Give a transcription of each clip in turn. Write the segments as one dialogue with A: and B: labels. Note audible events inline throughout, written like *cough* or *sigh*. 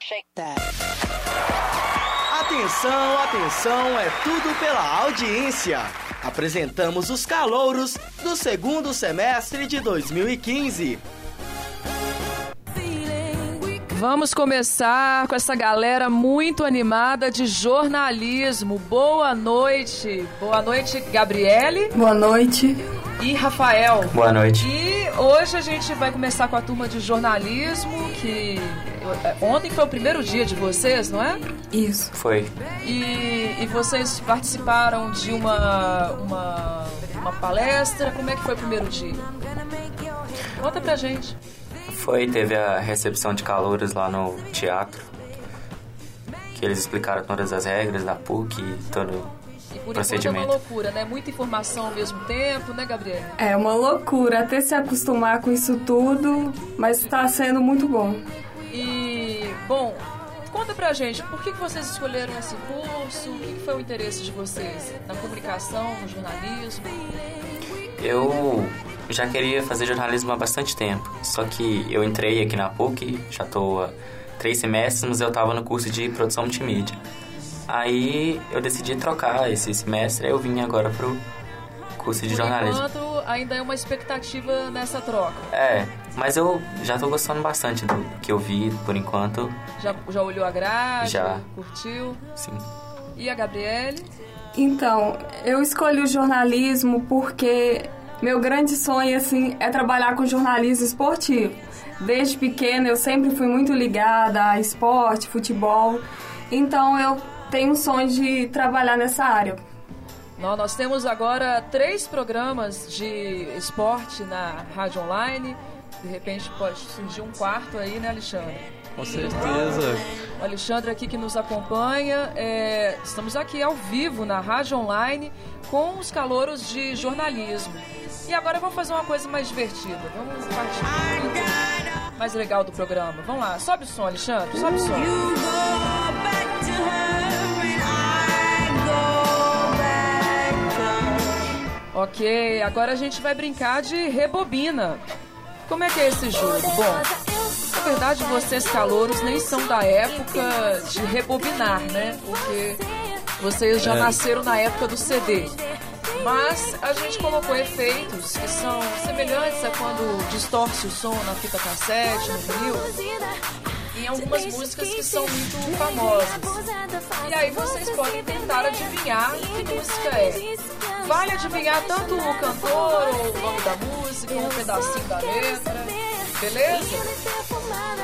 A: shake that.
B: Atenção, atenção, é tudo pela audiência. Apresentamos os calouros do segundo semestre de 2015.
C: Vamos começar com essa galera muito animada de jornalismo. Boa noite. Boa noite, Gabriele
D: Boa noite.
C: e Rafael.
E: Boa noite.
C: E hoje a gente vai começar com a turma de jornalismo, que ontem foi o primeiro dia de vocês, não é?
D: Isso.
E: Foi.
C: E, e vocês participaram de uma, uma, uma palestra. Como é que foi o primeiro dia? Conta pra gente.
E: Foi, teve a recepção de calouros lá no teatro. Que eles explicaram todas as regras da PUC e todo
C: E
E: o
C: por enquanto é uma
E: procedimento.
C: loucura, né? Muita informação ao mesmo tempo, né, Gabriela?
D: É uma loucura até se acostumar com isso tudo, mas tá sendo muito bom.
C: E, bom, conta pra gente, por que que vocês escolheram esse curso? O que que foi o interesse de vocês na comunicação, no jornalismo?
E: Eu já queria fazer jornalismo há bastante tempo. Só que eu entrei aqui na PUC, já tô há três semestres, mas eu tava no curso de produção multimídia. Aí eu decidi trocar esse semestre, aí eu vim agora pro curso de
C: por
E: jornalismo.
C: enquanto, ainda é uma expectativa nessa troca.
E: É, mas eu já tô gostando bastante do que eu vi por enquanto.
C: Já, já olhou a grade?
E: Já.
C: Curtiu?
E: Sim.
C: E a Gabriele?
D: Então, eu escolhi o jornalismo porque meu grande sonho assim é trabalhar com jornalismo esportivo. Desde pequena eu sempre fui muito ligada a esporte, futebol. Então eu tenho um sonho de trabalhar nessa área.
C: Nó- Nós temos agora três programas de esporte na rádio online. De repente pode surgir um quarto aí, né, Alexandre?
F: Com certeza.
C: O Alexandre aqui que nos acompanha. é, estamos aqui ao vivo na Rádio Online com os calouros de jornalismo. E agora vamos fazer uma coisa mais divertida. Vamos partir pro momento mais legal do programa. Vamos lá, sobe o som, Alexandre, sobe o som. Ok, agora a gente vai brincar de rebobina. Como é que é esse jogo? Bom, na verdade, vocês calouros nem são da época de rebobinar, né? Porque vocês já nasceram na época do CD. Mas a gente colocou efeitos que são semelhantes a quando distorce o som na fita cassete, no vinil, em algumas músicas que são muito famosas. E aí vocês podem tentar adivinhar que música é. Vale adivinhar tanto o cantor, ou o nome da música, um pedacinho da letra, beleza?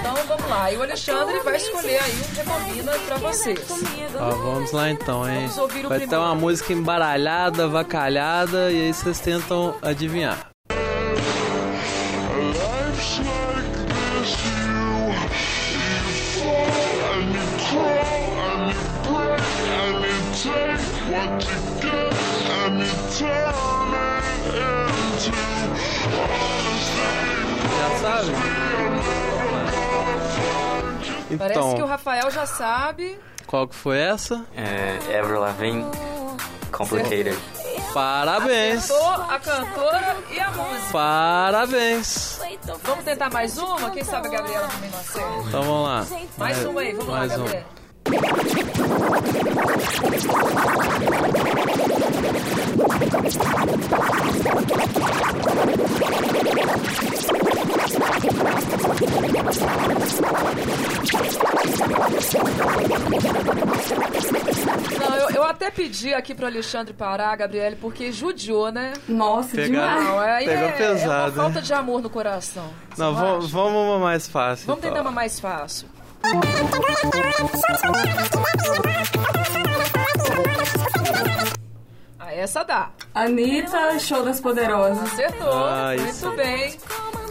C: Então vamos lá, e o Alexandre vai escolher aí um rebobina pra vocês.
F: Ó,
D: Ah,
F: vamos lá então, hein?
C: Vamos ouvir o
F: Vai ter
C: primeiro.
F: uma música embaralhada, avacalhada, e aí vocês tentam adivinhar.
G: Life's like this, you you fall and you crawl and you break and you take what you get and you turn it into honesty.
F: Já sabe?
C: Parece que o
F: Então,
C: Rafael já sabe.
F: qual que foi essa?
E: É, Avril Lavigne, Complicated.
F: Parabéns!
C: Acertou a cantora e a música.
F: Parabéns!
C: Vamos tentar mais uma? Quem sabe a Gabriela também não acerta.
F: Então vamos lá.
C: Mais uma aí, vamos lá,
F: mais um.
C: Gabriela. Não, eu, eu até pedi aqui pro Alexandre parar, Gabriele, porque judiou, né?
D: Nossa,
F: Pegaram.
D: demais.
C: Não, aí
F: Pegou
C: é,
F: pesado,
C: é uma falta
F: né?
C: de amor no coração. Você
F: Não,
C: acha?
F: vamos, vamos uma mais fácil.
C: Vamos
F: então.
C: tentar uma mais fácil. Ah, essa dá.
D: Anitta, show das poderosas.
C: Acertou.
F: Ah,
C: Muito
F: isso.
C: bem.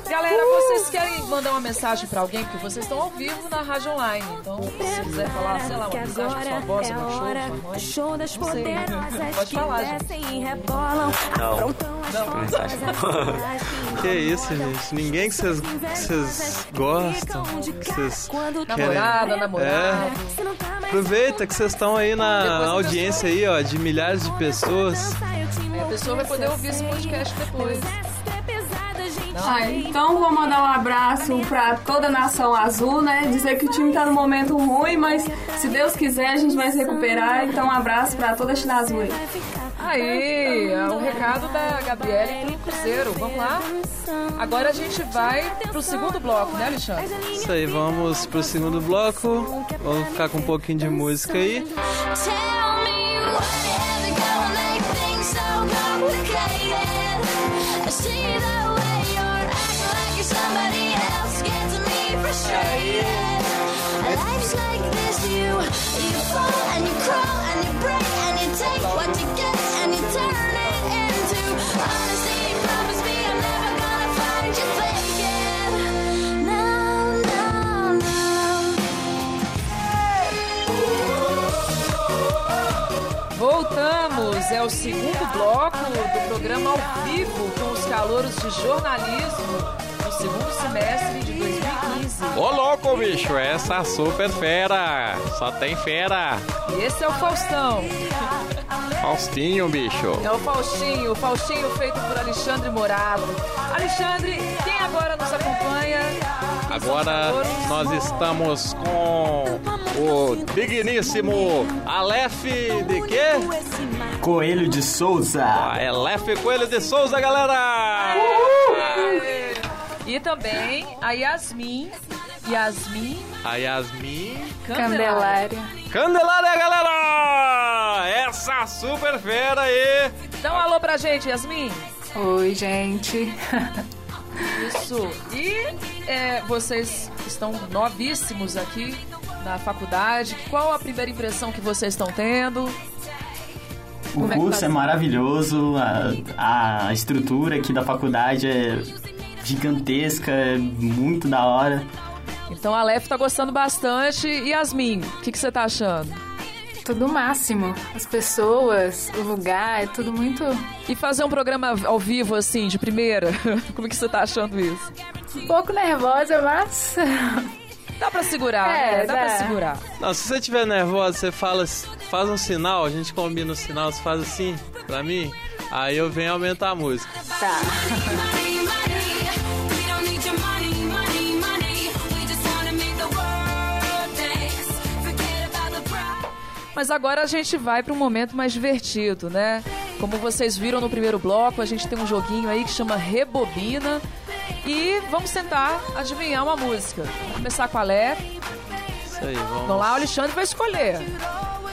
C: Galera, vocês querem mandar uma mensagem pra alguém? Porque vocês estão ao vivo na rádio online. Então, se quiser falar, sei lá, uma mensagem pra sua voz, uma show, pra sua mãe.
H: é Show das
C: sei. né?
H: poderosas
C: Pode
H: que
C: falar, gente.
H: descem e rebolam.
E: Não.
H: Aprontam as
C: Não.
H: fotos, as
C: *laughs*
H: pessoas que
F: Que isso,
H: engordam.
F: gente. Ninguém que vocês que vocês gostam, que vocês
H: Quando tá
F: querem. É.
C: Namorada, namorado.
H: se não tá mais
F: Aproveita que vocês estão aí na
C: Depois
F: audiência aí, ó, de milhares de pessoas.
H: dança, eu te
C: A pessoa vai poder ouvir esse podcast depois.
H: mostro. Essa é pesada, gente.
D: Ah, então vou mandar um abraço pra toda a nação azul, né? Dizer que o time tá num momento ruim, mas se Deus quiser a gente vai se recuperar. Então um abraço pra toda a China Azul aí.
C: Aí, é o recado da Gabriele pro Cruzeiro. Vamos lá? Agora a gente vai pro segundo bloco, né, Alexandre?
F: Isso aí, vamos pro segundo bloco. Vamos ficar com um pouquinho de música aí.
A: Tell me why every girl make things so complicated. I see the way you're acting like you're somebody else gets me frustrated. Life's like this, you you fall and you crawl and you break and you take what you get and you turn it into honesty. Promise me I'm never gonna find you faking. No, no, no.
C: Voltamos, é o segundo bloco do programa ao vivo com os calouros de jornalismo do segundo semestre de 2015.
I: Ô louco, bicho, essa é super fera. Só tem fera.
C: E esse é o Faustão,
I: Faustinho, bicho.
C: é o Faustinho, o Faustinho feito por Alexandre Morado. Alexandre, quem agora nos acompanha?
I: Agora nós estamos com o digníssimo Aleph de quê?
B: Coelho de Souza.
F: Ah, é
I: Aleph Coelho de Souza, galera!
C: E também a Yasmin, Yasmin
I: A Yasmin
C: Candelário.
I: Candelária,
F: Ah,
I: galera!
F: é?
I: Essa super fera aí!
C: Dá um alô pra gente, Yasmin.
D: Oi, gente.
C: Isso. E é, vocês estão novíssimos aqui na faculdade. Qual a primeira impressão que vocês estão tendo?
J: O
C: Como é que
J: curso é
C: faz?
J: maravilhoso, a, a estrutura aqui da faculdade é gigantesca, é muito da hora.
C: Então a Aleph tá gostando bastante. E Yasmin, o que, que você tá achando?
K: Tudo máximo. As pessoas, o lugar, é tudo muito.
C: E fazer um programa ao vivo, assim, de primeira? *laughs* Como que você tá achando isso?
K: Um pouco nervosa, mas.
C: Dá pra segurar,
K: É,
C: né? Dá pra
K: dá.
C: segurar.
F: Não, se você estiver nervosa, você fala, faz um sinal, a gente combina o sinal, você faz assim, pra mim, aí eu venho aumentar a música.
K: Tá.
A: Money, money, we don't need your money, money, money. We just wanna make the world dance. Forget about the price.
C: Mas agora a gente vai para um momento mais divertido, né? Como vocês viram no primeiro bloco, a gente tem um joguinho aí que chama Rebobina. E vamos tentar adivinhar uma música. Vamos começar com a Lé.
F: Isso aí,
C: Vamos Então lá, o
F: vamos.
C: Alexandre vai escolher.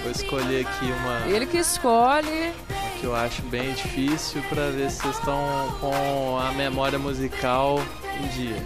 F: Vou escolher aqui uma
C: Ele que escolhe.
F: que eu acho bem difícil pra ver se vocês estão com a memória musical em dia.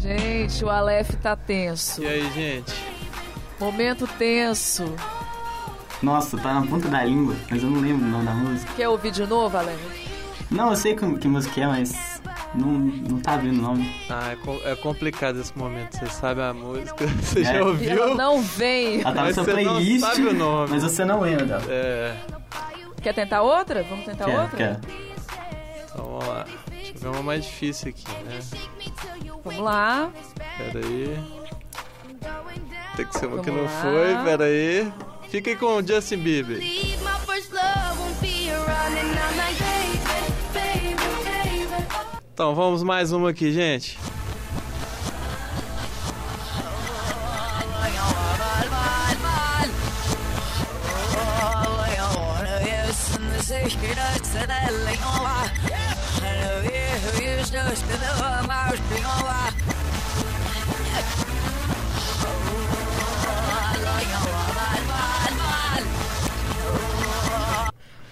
C: Gente, o Aleph tá tenso.
F: E aí, gente?
C: Momento tenso.
J: Nossa, tá na ponta da língua, mas eu não lembro o nome da música.
C: Quer ouvir de novo, Aleph?
J: Não, eu sei que, que música é, mas não, não tá vendo o nome.
F: Ah, é, co- é complicado esse momento. Você sabe a música, *laughs* você já
J: É.
C: E
F: ouviu?
C: ela não vem.
J: Ela tá na
F: Mas
J: sua
F: você não
J: playlist,
F: sabe o nome.
J: mas você não lembra dela.
F: É,
C: Quer tentar outra? Vamos tentar
J: Quer,
C: Tá outra?
J: quer.
F: então vamos lá. Deixa eu ver uma mais difícil aqui, né?
C: Vamos lá.
F: Pera aí. Tem que ser uma que
C: Vamos
F: não
C: lá.
F: foi, pera aí. Fiquem com o Justin Bieber.
A: Leave my first love won't be around, and I'm like, baby, baby, baby.
F: Então vamos mais uma aqui, gente.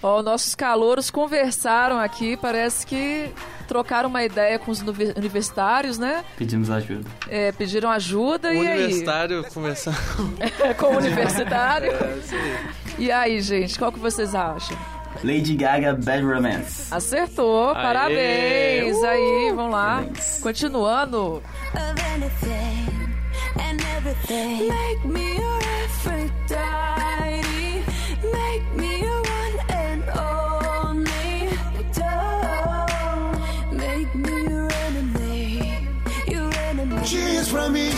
C: Ó, nossos calouros conversaram aqui, parece que trocaram uma ideia com os nuvi- universitários, né?
J: Pedimos ajuda.
C: É, pediram ajuda
F: O
C: e
F: universitário conversando.
C: *laughs* aí? com o universitário.
F: É, isso aí.
C: E aí, gente, qual que vocês acham?
J: Lady Gaga Bad Romance.
C: Acertou,
J: Aê!
C: parabéns.
J: Uh!
C: Aí, vamos lá. Continuando.
A: and everything. Make me your Aphrodite. Make me your one and only. Don't make me your enemy. Your enemy.
L: Diz pra mim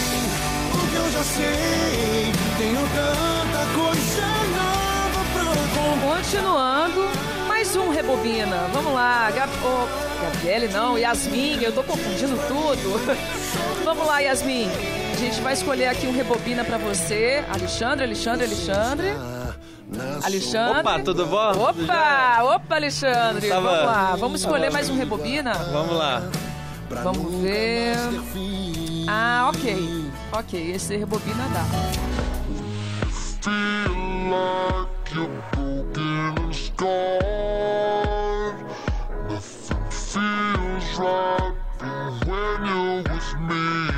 L: o que eu já sei. Tenho tanta coisa nova pra
C: Continuando, mais um Rebobina. Vamos lá, Gab... ô, Gabriele não, Yasmin, eu tô confundindo tudo. *laughs* Vamos lá, Yasmin. A gente vai escolher aqui um Rebobina pra você. Alexandre, Alexandre, Alexandre. Alexandre.
F: Opa, tudo bom?
C: Opa, opa, Alexandre.
F: Tava-
C: Vamos lá, vamos escolher mais um Rebobina?
F: Vamos lá.
C: Vamos ver. Ah, ok. Ok, esse Rebobina dá.
G: Feels right when you're with me.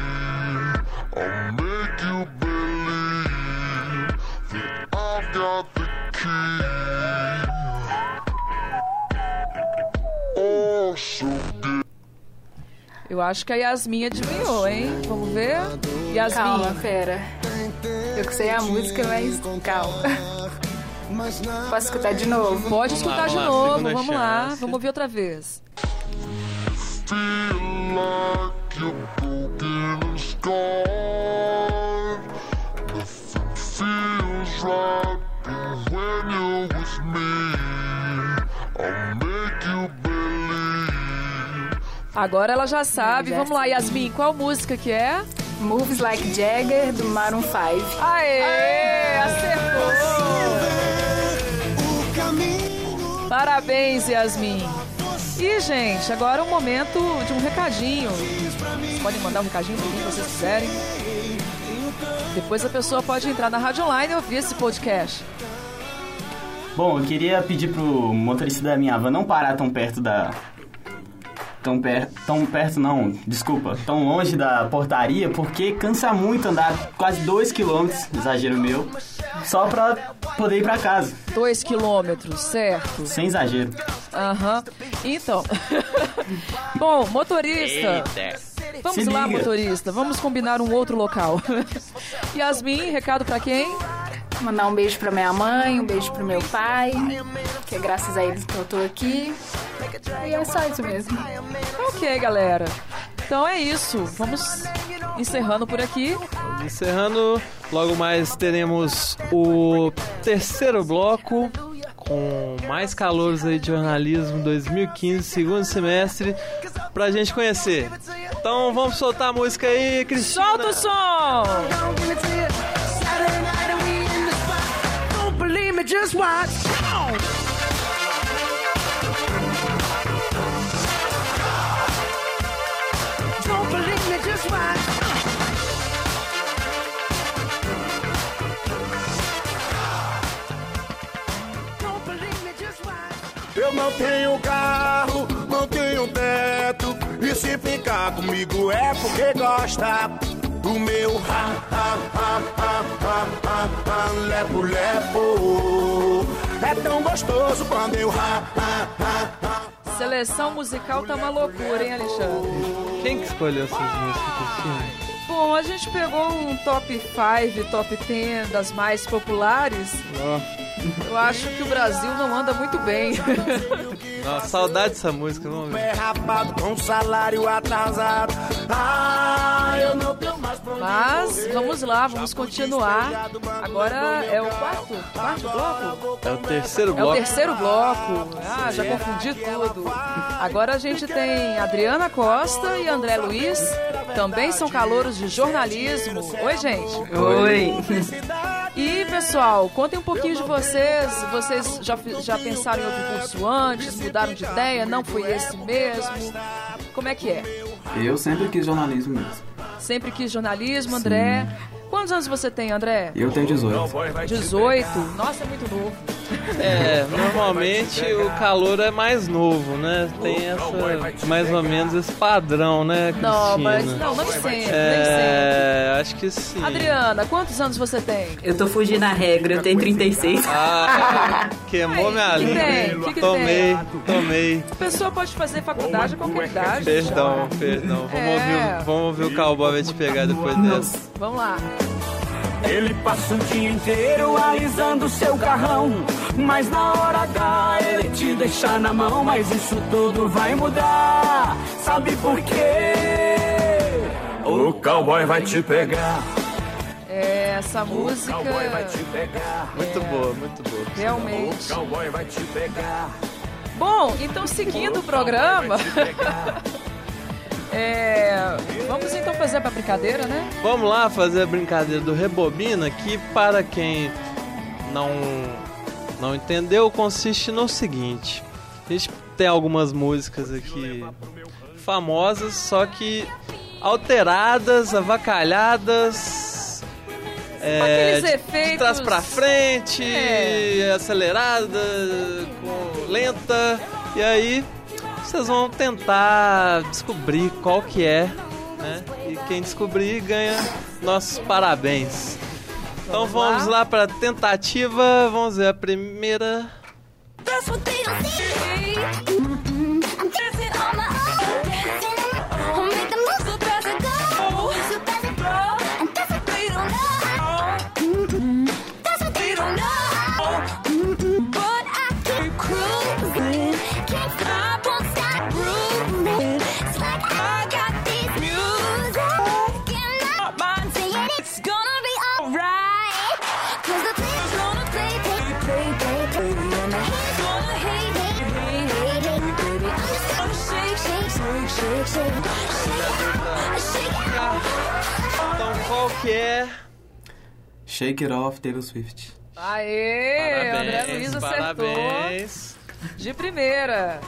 G: I'll make you believe that I've got the key. Oh, so good.
C: Eu acho que a Yasmin adivinhou, hein? Vamos ver? Yasmin.
K: Calma, pera. Eu sei a música, mas calma. Posso escutar de novo?
C: Pode
K: Vamos
C: escutar
K: lá,
C: de
K: vamos lá,
C: novo,
K: segunda
C: vamos lá.
K: chance.
C: Vamos ouvir outra vez.
G: Feel like you're broken and scarred. Nothing feels right when you're with me. I'll make you believe.
C: Agora ela já sabe. Vamos lá, Yasmin, qual música que é?
K: Moves Like Jagger, do Maroon 5.
C: Aê! Acertou! Parabéns, Yasmin. E, gente, agora é o momento de um recadinho. Vocês podem mandar um recadinho pra mim, se vocês quiserem. Depois a pessoa pode entrar na rádio online e ouvir esse podcast.
J: Bom, eu queria pedir pro motorista da minha van não parar tão perto da. Tão, per... tão perto não, desculpa, tão longe da portaria, porque cansa muito andar quase 2 km, exagero meu, só pra poder ir pra casa,
C: Dois quilômetros, certo?
J: sem exagero.
C: Aham. Então. *laughs* Bom, motorista. Vamos
J: Se
C: lá,
J: liga.
C: motorista. Vamos combinar um outro local. *laughs* Yasmin, recado pra quem?
K: Mandar um beijo pra minha mãe, um beijo pro meu pai, que é graças a eles que eu tô aqui. E é só isso mesmo.
C: Ok, galera. Então é isso. Vamos encerrando por aqui.
F: Encerrando, logo mais teremos o terceiro bloco com mais calores aí de jornalismo 2015, segundo semestre, pra gente conhecer. Então vamos soltar a música aí, Cristina.
C: Solta o som!
L: é Saturday night and we in the spot. Don't believe me, just watch. Come on. Don't believe me, just watch. Don't believe me, just watch.
M: Eu não tenho carro, não tenho teto. E se ficar comigo é porque gosta do meu ha, ha, ha, ha, ha, ha, ha, lepo, lepo. É tão gostoso quando eu ha, ha, ha, ha.
C: Seleção musical tá uma loucura, hein, Alexandre?
F: Quem que escolheu essas músicas, Cristina?
C: Bom, a gente pegou um top 5, top 10 das mais populares. Eu acho que o Brasil não anda muito bem.
F: Nossa, saudade dessa música, vamos ver.
M: É rapado com salário atrasado. Ah, eu não tenho mais pra onde
C: Mas
M: correr.
C: vamos lá, vamos continuar. Agora é o quarto, quarto bloco?
F: É o terceiro
C: É o
F: bloco.
C: terceiro bloco. Ah, já
F: É.
C: confundi tudo. Agora a gente tem Adriana Costa e André Luiz, também são calouros de jornalismo. Oi, gente.
N: Oi.
C: E pessoal, contem um pouquinho de vocês. Vocês já, fi- já pensaram em outro curso antes? Mudaram de ideia? Não foi esse mesmo? Como é que é?
O: Eu sempre quis jornalismo mesmo.
C: Sempre quis jornalismo, André. Quantos anos você tem, André?
O: Eu tenho 18.
C: 18? Nossa, é muito novo.
F: É, normalmente o calor é mais novo, né? Tem essa, mais ou menos esse padrão, né, Cristina?
C: Não, mas não, não sempre, nem
F: É, acho que sim.
C: Adriana, quantos anos você tem?
N: Eu tô fugindo da regra, eu tenho 36.
F: Ah, queimou minha
C: que
F: língua.
C: tem? Que que
F: tomei,
C: tem?
F: tomei.
C: A pessoa pode fazer faculdade a
F: é
C: qualquer idade.
F: Perdão, perdão. Vamos,
C: É.
F: ouvir, o- vamos ouvir o cowboy vai te pegar depois dessa.
C: Vamos lá.
P: Ele passa o dia inteiro alisando seu carrão. Mas na hora H ele te deixa na mão. Mas isso tudo vai mudar. Sabe por quê?
M: O cowboy vai te pegar.
C: É, essa música.
F: Muito boa, muito boa. é
C: Realmente.
M: O cowboy vai te pegar.
C: Bom, então seguindo o programa. *laughs* é, vamos então fazer a brincadeira, né?
F: Vamos lá fazer a brincadeira do Rebobina, que para quem não, não entendeu, consiste no seguinte. A gente tem algumas músicas aqui famosas, só que alteradas, avacalhadas, é,
C: Aqueles
F: de,
C: efeitos.
F: de trás pra frente,
C: É.
F: acelerada, com- lenta, e aí vocês vão tentar descobrir qual que é, né? E quem descobrir ganha nossos parabéns. Então vamos lá para tentativa, vamos ver a primeira.
A: It's gonna be alright. Cause the player's gonna play, play, play, play, play. And the haters gonna hate, hate, hate, hate, hate, baby. I'm just gonna shake, shake, shake, shake, shake. Shake it out,
F: Então qual que é?
O: Shake It Off, Taylor Swift.
C: Aê,
O: Parabéns,
C: André Luiz acertou.
F: parabéns.
C: De primeira.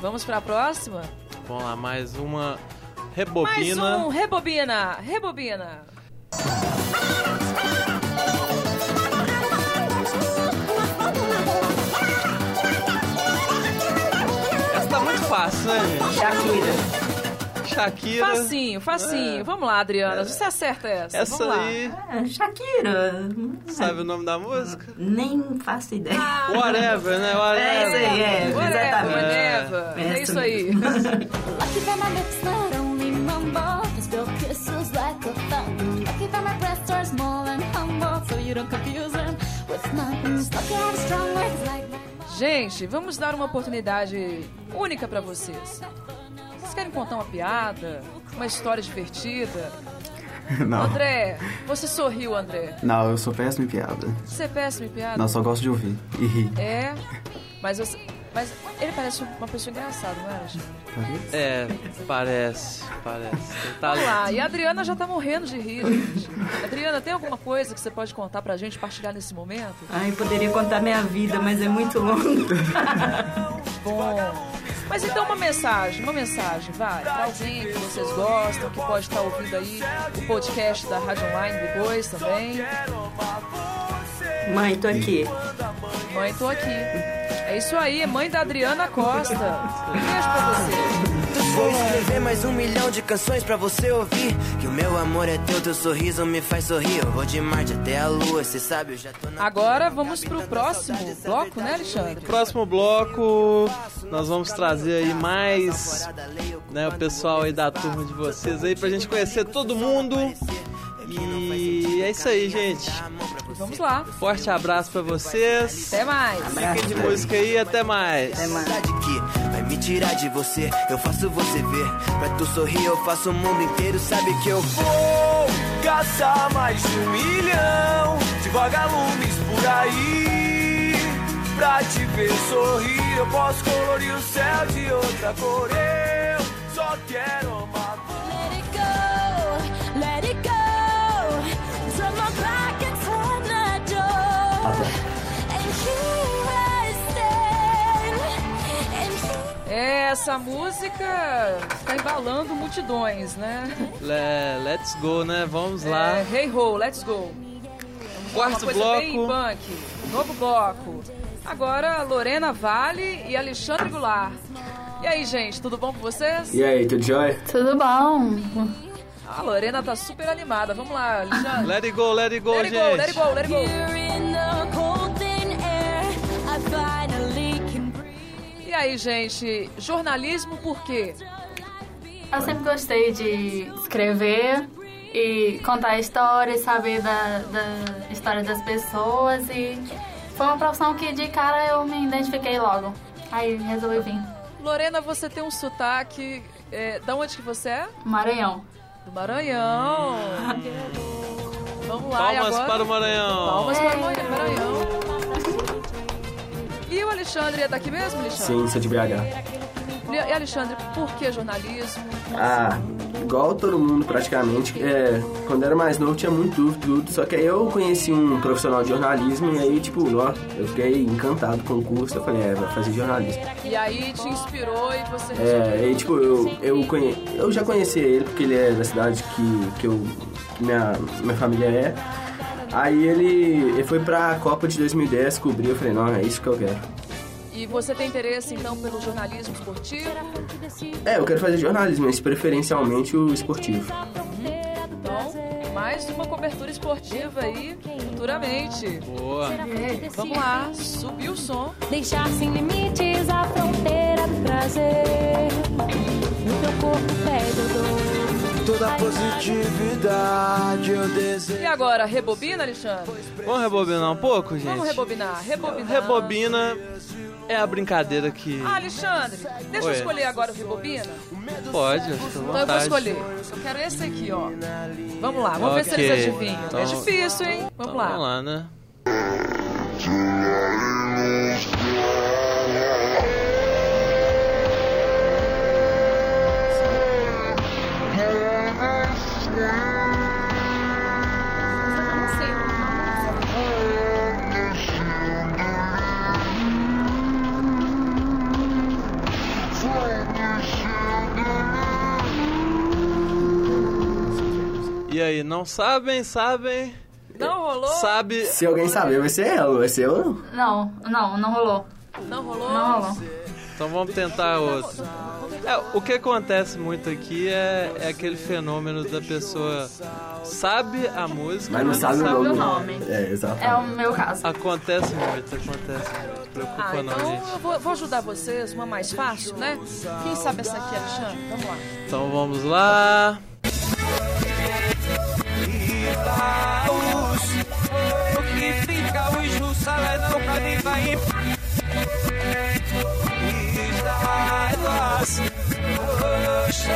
C: Vamos pra próxima?
F: Vamos lá, mais uma
C: Mais
F: rebobina.
C: um, rebobina, rebobina.
F: Essa tá muito fácil, né, gente?
N: Shakira.
F: Shakira.
C: Facinho, facinho. Vamos lá, Adriana. Você acerta essa.
F: É. Essa
C: Vamos lá.
F: aí.
N: É, Shakira.
F: Sabe o nome da música?
N: Nem faço ideia.
C: Ah,
F: Whatever,
N: É
F: né?
N: isso
F: Whatever.
N: aí, é.
C: Whatever,
N: exatamente.
C: whatever. É isso aí.
N: *laughs*
A: Lucky that my lips not only mumble, they spill kisses like a fountain. Lucky that my breasts are small and humble, so you don't confuse them with mountains. Lucky I'm strong legs like
C: Gente, vamos dar uma oportunidade única pra vocês. Vocês querem contar uma piada? Uma história divertida?
O: Não.
C: André, você sorriu, André.
O: Não, eu sou péssimo em piada.
C: Você é péssimo em piada?
O: Não, só gosto de ouvir e rir.
C: É, mas você... Mas ele parece uma pessoa engraçada, não é? gente?
F: É, parece, parece. tá Tem
C: Vamos lá,
F: talento.
C: e a Adriana já tá morrendo de rir, gente. Adriana, tem alguma coisa que você pode contar pra gente, partilhar nesse momento?
N: Ai, eu poderia contar minha vida, mas é muito longo.
C: Bom. Mas então uma mensagem, uma mensagem, vai. Pra alguém que vocês gostam, que pode estar ouvindo aí o podcast da Rádio Online depois também.
N: Mãe, tô aqui.
C: Mãe, tô aqui. É isso aí, mãe da Adriana Costa. Beijo pra você.
Q: Vou escrever mais um milhão de canções pra você ouvir. Que o meu amor é teu, teu sorriso me faz sorrir. Eu vou de Marte até a lua, cê sabe, eu já tô na.
C: Agora vamos pro próximo bloco, né, Alexandre?
F: Próximo bloco, nós vamos trazer aí mais né, o pessoal aí da turma de vocês aí pra gente conhecer todo mundo. E é isso aí, gente.
C: Vamos lá.
F: Forte abraço pra vocês.
C: Até mais.
F: Fiquem de música aí, até mais. Até mais.
Q: Que vai me tirar de você, eu faço você ver. Pra tu sorrir, eu faço o mundo inteiro, sabe que eu
P: vou caçar mais de um milhão de vagalumes por aí. Pra te ver sorrir, eu posso colorir o céu de outra cor. Eu só quero amar
A: Let it go, let it go. Drop my pocket from the door. And here I stand. And
C: É, Essa música está embalando multidões, né?
F: Le- Let's go, né? Vamos lá.
C: É, hey ho, let's go. Uma
F: Quarto
C: coisa bem
F: bloco.
C: punk. Novo bloco. Agora Lorena Vale e Alexandre Goulart. E aí, gente, tudo bom com vocês?
J: E aí, tudo jóia?
K: Tudo bom?
C: A Lorena tá super animada. Vamos lá, Lijane.
F: Let it go, let it go,
C: Let it
F: gente.
C: go, let it go, let it go. E aí, gente? Jornalismo por quê?
R: Eu sempre gostei de escrever e contar histórias, saber da, da história das pessoas e foi uma profissão que de cara eu me identifiquei logo. Aí resolvi vir.
C: Lorena, você tem um sotaque. É, da onde que você é?
R: Maranhão.
C: Do Maranhão. Vamos lá, e
F: Hum. Palmas
C: agora?
F: para o Maranhão.
C: Palmas para o Maranhão. E o Alexandre é daqui mesmo, Alexandre?
O: Sim, sou de BH.
C: E Alexandre, por que jornalismo?
O: Ah, igual todo mundo praticamente, é, quando era mais novo tinha muito dúvida, tudo, só que aí eu conheci um profissional de jornalismo e aí, tipo, ó, eu fiquei encantado com o curso, eu falei, é, vai fazer jornalismo.
C: E aí te inspirou e você resolveu.
O: É, e tipo, eu, eu, conhe... eu já conhecia ele porque ele é da cidade que, que, eu, que minha, minha família é. Aí ele, ele foi pra Copa de 2010, cobriu, eu falei, não, é isso que eu quero.
C: E você tem interesse então pelo jornalismo esportivo?
O: É, eu quero fazer jornalismo, mas preferencialmente o esportivo.
C: Então, mais uma cobertura esportiva aí futuramente.
F: Boa.
C: Vamos lá, subir o som.
S: assim? Deixar sem limites a fronteira do prazer. No teu corpo pede o dor.
P: Toda positividade eu desejo.
C: E agora, rebobina, Alexandre?
F: Vamos rebobinar um pouco, gente?
C: Vamos rebobinar, rebobinar.
F: Rebobina é a brincadeira que.
C: Ah, Alexandre, deixa eu
F: Oi.
C: escolher agora o rebobina.
F: Pode, eu
C: Então
F: estou à
C: eu vou
F: vontade.
C: escolher. Eu quero esse aqui, ó. Vamos lá, vamos ver se
F: Ok,
C: eles adivinham.
F: então-
C: É difícil, hein? Vamos
F: Então,
C: lá.
F: Vamos lá, né?
A: tá
F: E aí, não sabem, sabem?
C: Não rolou?
F: Sabe.
O: Se alguém saber, vai ser ela, vai ser eu não.
R: Não, não, não rolou.
C: Não rolou?
R: Não rolou.
F: Então vamos tentar outro. É, o que acontece muito aqui é, é aquele fenômeno da pessoa sabe a música,
O: Mas não sabe o nome. É, exato.
R: É o meu caso.
F: Acontece muito, acontece muito. Preocupa
C: Ah,
F: não,
C: então
F: gente.
C: eu vou, vou ajudar vocês, uma mais fácil, né? Quem sabe essa aqui, Alexandre? Vamos lá.
F: Então vamos lá.
A: Laos. O é que fica os Jerusalém pra mim vai em Israelas. é.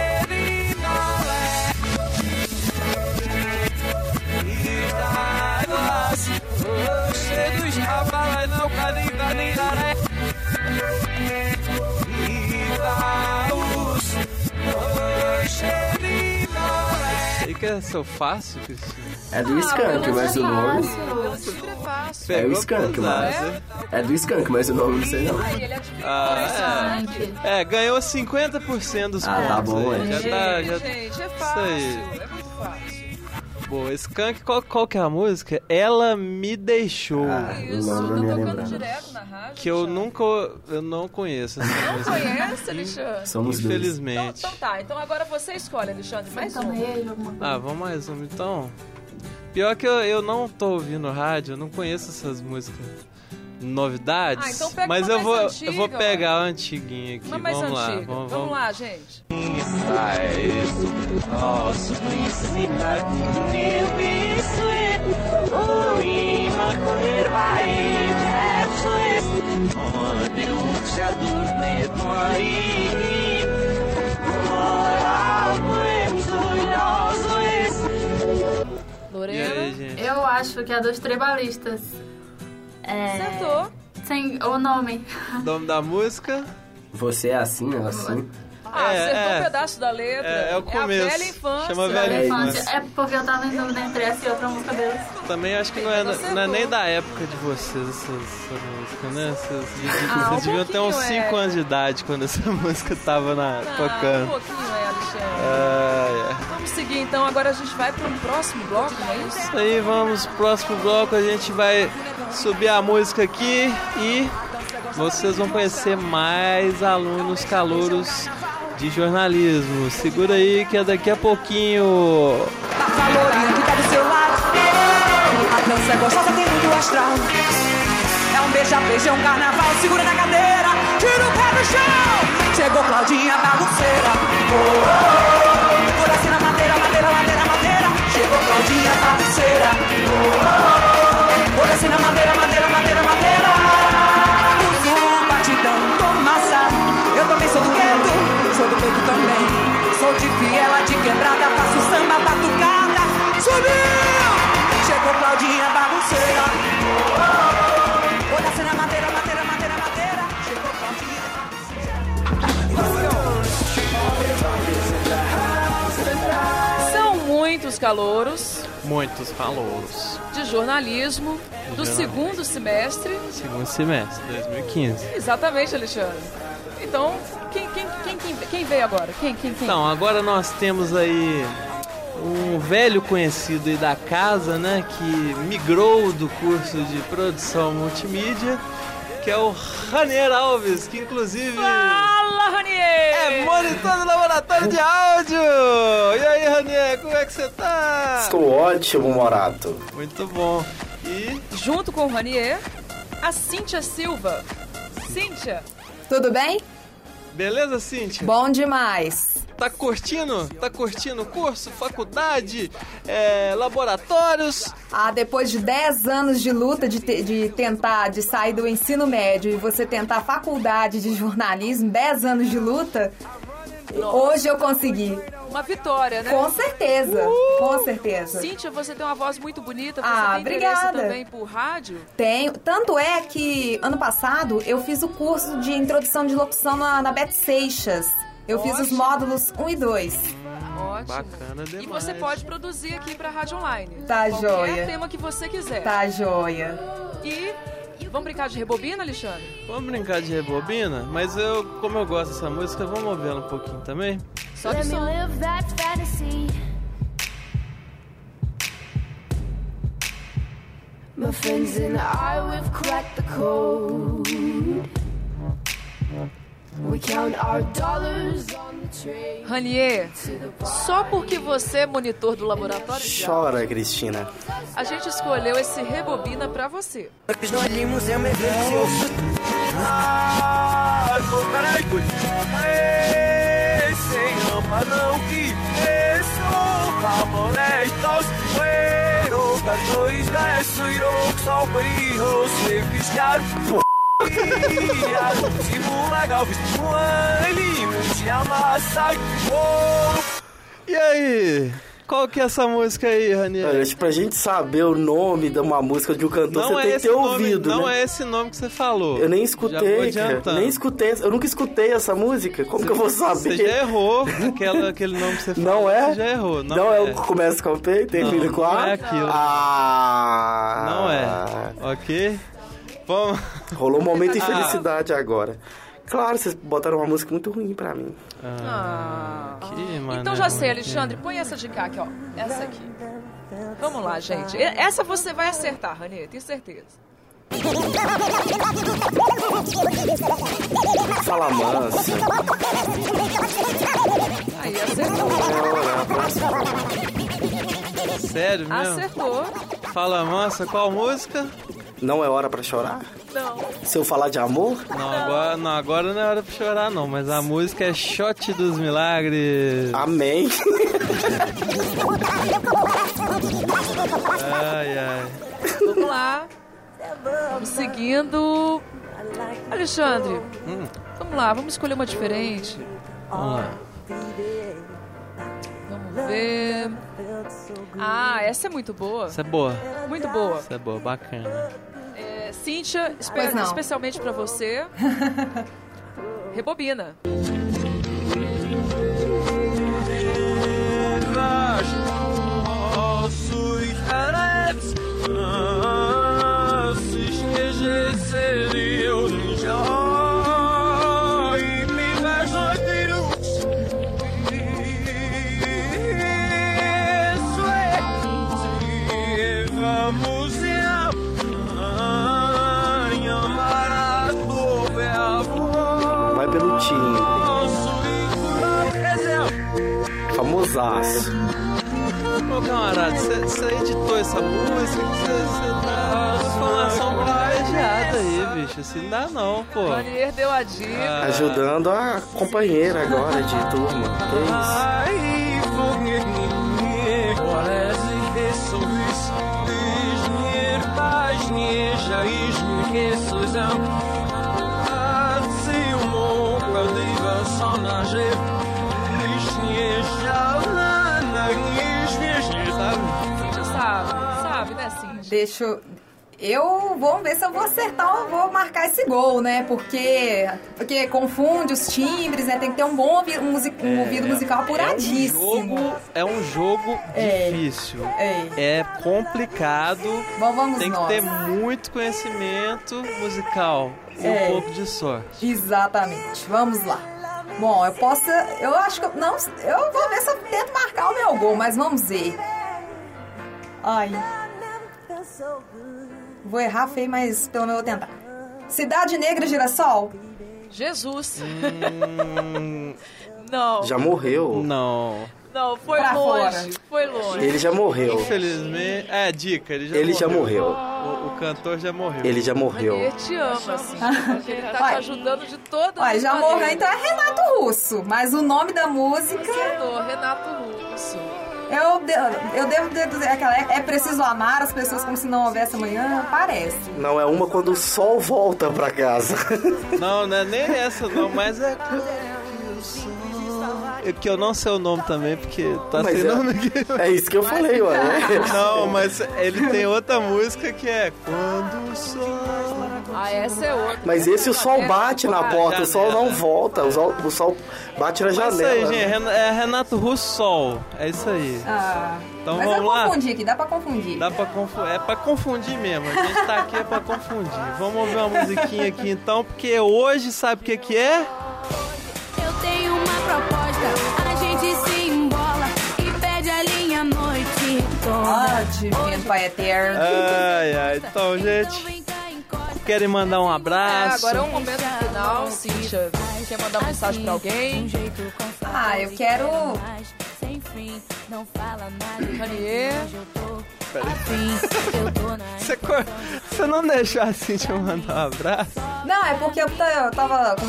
A: Dos rabalas não cadiga nem daré E daus
F: E que é seu fácil, Cristina?
O: É
A: Ah,
O: do Skank, mas o nome. É
F: Pegou
O: do Skank, mas.
F: pesado.
O: É do Skank, mas o nome não sei não.
F: Ah, é. é, ganhou 50% dos
O: Ah, tá
F: pontos
O: bom,
F: aí.
O: é.
F: Já tá, já...
C: Gente, é
F: Isso aí.
C: fácil, é muito fácil.
F: Boa, Skank, qual, qual que é a música? Ela me deixou.
O: Ah,
C: Isso, tá tocando direto na rádio.
F: Que eu nunca, eu não conheço essa
O: *laughs*
F: música.
C: Conhece, Alexandre?
O: Somos dois.
F: Infelizmente.
C: Então tá, então agora você escolhe, Alexandre, mais um.
F: Ah, vamos mais uma então. Pior que eu, eu não tô ouvindo rádio, eu não conheço essas músicas novidades.
C: Ah, então pega
F: mas
C: uma
F: eu vou
C: mais
F: eu vou
C: antiga,
F: pegar a antiguinha aqui.
C: Uma mais
F: vamos lá,
C: antiga.
F: vamos,
C: vamos
F: vamos.
C: lá, gente.
R: Eu acho que é dos tribalistas. É...
C: Acertou.
R: Sem o nome.
F: O nome da música?
O: Você é assim, ela assim.
C: Ah,
F: É,
C: acertou
F: é.
C: um pedaço da letra.
F: É, é o
C: a
F: começo.
C: velha infância.
F: Chama velha É infância.
R: É porque eu tava em dúvida entre essa e outra música deles.
F: Também acho que não é, não é nem da época de vocês essa, essa música, né? Vocês, vocês
C: Ah, um
F: deviam ter uns
C: pouquinho,
F: 5
C: é.
F: anos de idade quando essa *laughs* música tava na,
C: Ah, um
F: tocando.
C: pouquinho, é, Alexandre.
F: Ah, é.
C: Vamos seguir então, agora a gente vai para um próximo bloco, não é isso?
F: Isso aí, vamos pro próximo bloco. A gente vai subir a música aqui e vocês vão conhecer mais alunos calouros de jornalismo. Segura aí que é daqui a pouquinho.
L: Valorinha que tá do seu lado. A dança é gostosa, tem muito astral. É um beija-beijo, é um carnaval. Segura na cadeira, tira o pé do chão. Chegou Claudinha bagunceira. Oh, oh, oh. Coração na madeira, madeira, madeira, madeira. Chegou Claudinha bagunceira. Oh, oh, oh. Coração na madeira, madeira, madeira, madeira. Eu sou um batidão com massa. Eu também sou do gueto, sou do gueto também. Sou de viela, de quebrada, faço samba, batucada. Subiu! Chegou Claudinha bagunceira. Oh, oh, oh. Olha a cena madeira, madeira, madeira, madeira. Chegou Claudinha
C: São muitos calouros
F: Muitos calouros.
C: de jornalismo do
F: jornalismo.
C: segundo semestre.
F: Segundo semestre, 2015.
C: Exatamente, Alexandre. Então, quem, quem, quem, quem, quem veio agora? Quem, quem, quem?
F: Então, agora nós temos aí um velho conhecido aí da casa, né? Que migrou do curso de produção multimídia, que é o Ranier Alves, que inclusive.
C: Fala, Ranier! É
F: monitor do laboratório de áudio! E aí, Ranier, como é que você tá?
T: Estou ótimo, Morato.
F: Muito bom. E
C: junto com o Ranier, a Cíntia Silva. Cíntia,
U: Tudo bem?
F: Beleza, Cintia?
U: Bom demais.
F: Tá curtindo? Tá curtindo o curso, faculdade, é, laboratórios?
U: Ah, depois de 10 anos de luta de, te- de tentar, de sair do ensino médio e você tentar a faculdade de jornalismo, 10 anos de luta, hoje eu consegui.
C: uma vitória, né? Uh!
U: Com certeza, com certeza.
C: Cíntia, você tem uma voz muito bonita, você
U: Ah,
C: tem interesse
U: obrigada.
C: também por rádio?
U: Tenho. Tanto é que ano passado eu fiz o curso de introdução de locução na, na Bet Seixas. Eu fiz os
C: Ótimo.
U: módulos 1 e 2.
C: Ótimo.
F: Bacana demais.
C: E você pode produzir aqui pra Rádio Online.
U: Tá
C: Qualquer
U: joia.
C: tema que você quiser.
U: Tá joia.
C: E vamos brincar de rebobina, Alexandre?
F: Vamos brincar de rebobina? Mas eu, como eu gosto dessa música, vamos ouvir ela um pouquinho também?
A: Let me live that fantasy. My friends and I, we've cracked the code. We count our dollars on the train.
C: Ranier, só porque você é monitor do laboratório de
T: Chora, Cristina.
C: áudio, a gente escolheu esse rebobina pra você.
P: Ai, pô, carai, pô. Ei, sem rampa não que eso molestos Pero cartois da eso y roxal brillo Se piscar, pô Simula galvis, um animo de amassar Oh,
F: E aí? Qual que é essa música aí, Raniel?
T: Olha, tipo, pra gente saber o nome de uma música de um cantor,
F: Não
T: você
F: é
T: tem que
F: esse
T: ter
F: nome,
T: ouvido,
F: Não
T: né?
F: é esse nome que você falou.
T: Eu nem
F: Já vou
T: escutei, cara.
F: adiantando.
T: Nem escutei. essa- Eu nunca escutei essa música. Como que eu vou saber?
F: Você já errou aquela, aquele nome que você falou.
T: Não é?
F: Você já errou. Não,
T: Não é
F: é
T: o que começa com P e termina
F: Não,
T: com A?
F: não é aquilo.
T: Ah!
F: Não é. Ok? Vamos.
T: Rolou um momento de
F: Ah.
T: felicidade agora. Claro, vocês botaram uma música muito ruim pra mim.
C: Ah,
F: que
C: Então já sei, Alexandre, põe essa de cá aqui, ó. Essa aqui. Vamos lá, gente. E- Essa você vai acertar, Ranier, tenho certeza.
T: Fala mansa.
C: Aí acertou.
F: Sério mesmo?
C: Acertou.
F: Fala, mansa, qual música?
T: Não é hora pra chorar?
C: Não.
T: Se eu falar de amor?
F: Não, agora não, agora não é hora pra chorar, não. Mas a música é Shot dos Milagres.
T: Amém.
F: É, ai, ai.
C: Vamos lá. Vamos seguindo. Alexandre,
F: Hum.
C: vamos lá, vamos escolher uma diferente.
F: Vamos lá.
C: Vamos ver. Ah, essa é muito boa.
F: Essa é boa.
C: Muito boa.
F: Essa é boa, bacana.
C: É, Cíntia, espe-
U: Pois não.
C: especialmente pra
U: *laughs*
C: você. Rebobina.
P: nós nossos aretes Antes que recebeu de já E me vais noites Isso é Se vamos e amar a tua avó
T: Vai pelo time.
P: nosso
F: Nossa. Ô camarada, você editou essa música, você tá. Informação privilegiada aí, bicho. Assim não dá não, pô.
C: O Ranier deu a dica.
T: Ajudando a companheira agora de turma. Que isso?
C: Cíntia sabe, sabe, né, Cíntia?
U: Deixa eu. Eu vou ver se eu vou acertar ou vou marcar esse gol, né? Porque, porque confunde os timbres, né? Tem que ter um bom ouvi- um musi- um ouvido musical apuradíssimo.
F: É um jogo difícil. É, complicado.
U: vamos
F: Tem que
U: nós.
F: ter muito conhecimento musical e
U: É.
F: um pouco de sorte.
U: Exatamente. Vamos lá. Bom, eu posso. Eu acho que. eu- Não, eu vou ver se eu tento marcar o meu gol, mas vamos ver. Ai. Vou errar feio, mas pelo menos eu vou tentar. Cidade Negra Girassol?
C: Jesus. não.
T: Já morreu.
F: Não.
C: Não, foi
U: Pra
C: longe. Foi longe.
T: Ele já morreu.
F: Infelizmente. É, dica, ele já
T: Ele já
F: morreu.
T: morreu.
F: O, o cantor já morreu.
T: Ele já morreu.
C: Ele te ama, Cíntia, porque ele tá te
U: Olha.
C: ajudando de todas
U: Olha,
C: as
U: já
C: maneiras.
U: morreu, então é Renato Russo. Mas o nome da música.
C: Acertou, é Renato Russo.
U: Eu, de- eu devo deduzir aquela. É, é preciso amar as pessoas como se não houvesse amanhã? Parece.
T: Não, é uma quando o sol volta pra casa.
F: Não, não é nem essa não, mas é. É que eu não sei o nome também, porque tá
T: Mas
F: sem
T: é-
F: nome aqui.
T: é isso que eu falei, ué.
F: Não, mas ele tem outra música que é Quando o Sol.
C: Ah, essa é outra.
T: Mas esse o sol bate
C: Ah,
T: na porta, o sol não volta, o sol, o sol bate na
F: É isso aí,
T: janela. né?
F: gente. Ren- É Renato Russol. É isso aí.
U: Ah,
F: Então
U: mas eu
F: vamos lá.
U: confundi aqui, dá pra confundir.
F: Dá pra confundir. É pra confundir mesmo. A gente tá aqui é pra confundir. Vamos ouvir uma musiquinha aqui então, porque hoje sabe o que, que é?
A: Eu tenho uma proposta, a gente se embola e pede a linha à noite
U: Ah,
A: toda.
U: divino Pai Eterno.
F: Ai, ai. Então, gente. Querem mandar um
C: É,
F: abraço?
C: agora é um momento final, Cíntia. Quer mandar mensagem pra alguém?
U: Ah, eu quero.
A: Sem fim, não fala nada.
C: Ranier. Assim,
F: Você, co- você não deixou a Cintia mandar um abraço?
U: Não, é porque eu, ta- eu tava com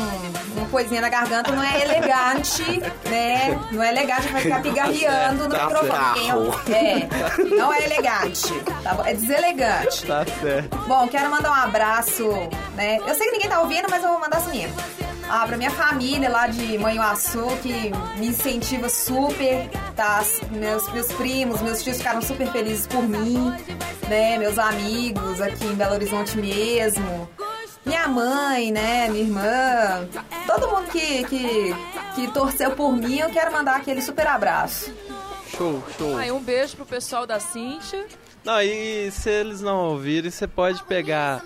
U: uma coisinha na garganta, não é elegante, né? Não é elegante vai ficar pigarreando no
F: Tá
U: microfone. Quem
F: ferro.
U: É, não é elegante, tá bom? É deselegante.
F: Tá certo.
U: Bom, quero mandar um abraço, né? Eu sei que ninguém tá ouvindo, mas eu vou mandar assim mesmo. Ah, pra minha família lá de Manhuaçu, que me incentiva super, tá? Meus, meus primos, meus tios ficaram super felizes por mim, né? Meus amigos aqui em Belo Horizonte mesmo. Minha mãe, né? Minha irmã. Todo mundo que, que, que torceu por mim, eu quero mandar aquele super abraço.
F: Show, show.
C: Aí um beijo pro pessoal da Cíntia.
F: Não, e se eles não ouvirem, você pode pegar,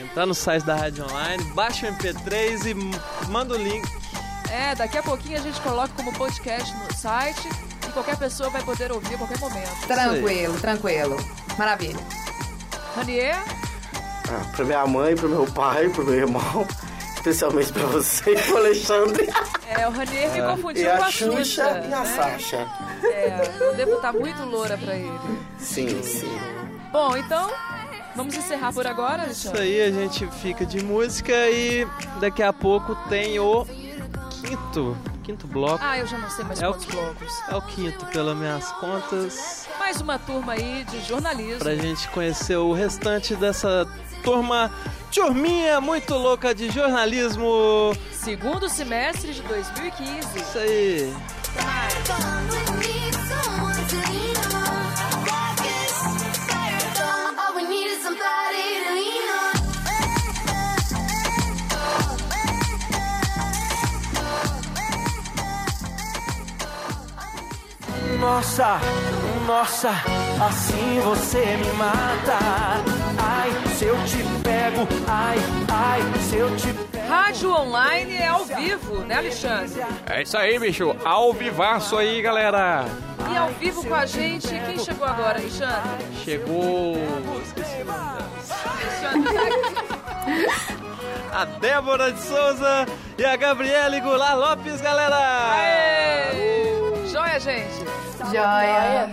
F: entrar no site da Rádio Online, baixa o MP3 e m- manda o link.
C: É, daqui a pouquinho a gente coloca como podcast no site e qualquer pessoa vai poder ouvir a qualquer momento.
U: Tranquilo, tranquilo. Maravilha.
C: Ranier,
T: Ah, pra minha mãe, pro meu pai, pro meu irmão, *laughs* especialmente pra você e pro Alexandre.
C: é, o Ranier me
T: É.
C: confundiu
T: E a
C: com a
T: Xuxa
C: Xuxa.
T: e a
C: né?
T: Sasha.
C: É, eu devo estar muito loura pra ele.
T: Sim, sim.
C: Bom, então, vamos encerrar por agora,
F: Isso
C: Alexandre?
F: aí, a gente fica de música e daqui a pouco tem o quinto, quinto bloco.
C: Ah, eu já não sei mais
F: É o
C: quantos
F: qui-
C: blocos.
F: É o quinto, pelas minhas contas.
C: Mais uma turma aí de jornalismo.
F: Pra gente conhecer o restante dessa turma, turminha muito louca de jornalismo.
C: Segundo semestre de 2015. Isso
F: aí.
A: All we need is somebody to lean on.
V: Nossa, nossa, assim você me mata. Ai, se eu te pego, ai, ai, se eu te pego.
C: Rádio online é ao vivo, né, Alexandre?
I: É isso aí, bicho. Ao vivaço aí, galera.
C: E ao vivo com a gente, quem chegou agora, Alexandre?
F: Chegou. Esqueci o nome dela.
C: Alexandre tá aqui.
F: *laughs* A Débora de Souza e a Gabriele Goulart Lopes, galera!
C: Joia né, gente?
K: Joia.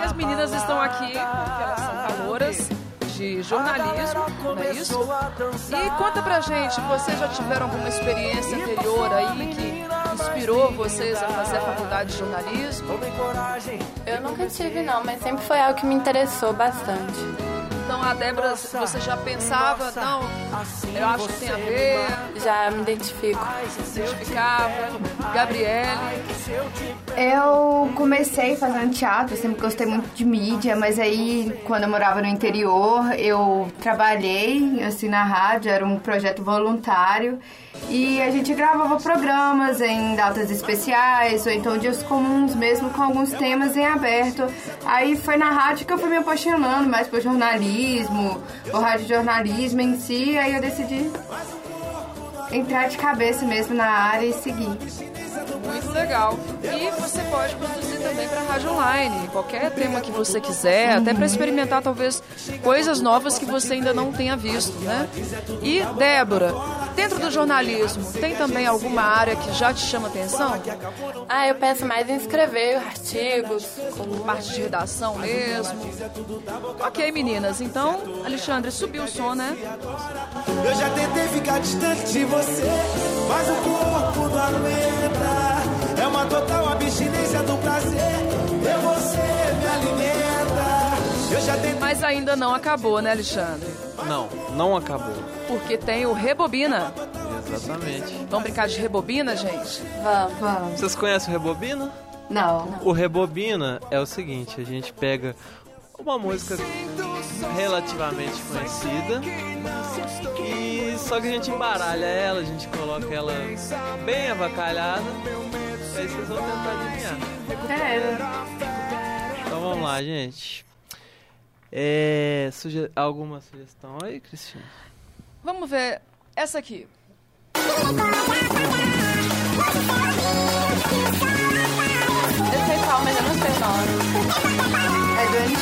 C: E as meninas estão aqui porque elas são caloras de jornalismo, não é isso? E conta pra gente, vocês já tiveram alguma experiência anterior aí que inspirou vocês a fazer a faculdade de jornalismo?
W: Eu nunca tive, não, mas sempre foi algo que me interessou bastante.
C: Então a Débora, você já pensava, não, eu acho que tem a ver,
W: Já me identifico.
C: se identificava, Gabriele,
X: Eu comecei fazendo teatro, sempre gostei muito de mídia, mas aí quando eu morava no interior, eu trabalhei assim na rádio, era um projeto voluntário e a gente gravava programas em datas especiais ou então dias comuns mesmo com alguns temas em aberto. Aí foi na rádio que eu fui me apaixonando mais por jornalismo, por rádio jornalismo em si, aí eu decidi entrar de cabeça mesmo na área e seguir.
C: muito legal. E você pode produzir também pra rádio online, qualquer tema que você quiser, até pra experimentar talvez coisas novas que você ainda não tenha visto, né? E Débora, dentro do jornalismo, tem também alguma área que já te chama atenção?
W: Ah, eu penso mais em escrever artigos,
C: parte de redação mesmo. Ok, meninas, então, Alexandre, subiu o som, né?
P: Eu já tentei ficar distante de você, mas o corpo não aguenta. É uma total abstinência do prazer. Eu você me alimenta. Eu já tentei.
C: Mas ainda não acabou, né, Alexandre?
F: Não, não acabou.
C: Porque tem o Rebobina.
F: Exatamente.
C: Vamos brincar de Rebobina, gente?
W: Vamos.
C: Vamos.
F: Vocês conhecem o Rebobina?
X: Não.
F: O Rebobina é o seguinte, a gente pega uma música relativamente conhecida e só que a gente embaralha ela, a gente coloca ela bem avacalhada, aí vocês vão tentar adivinhar. Então vamos lá, gente. É, suge- alguma sugestão aí, Cristina?
C: Vamos ver essa aqui.
W: Eu sei qual, mas eu não sei o nome.
X: É do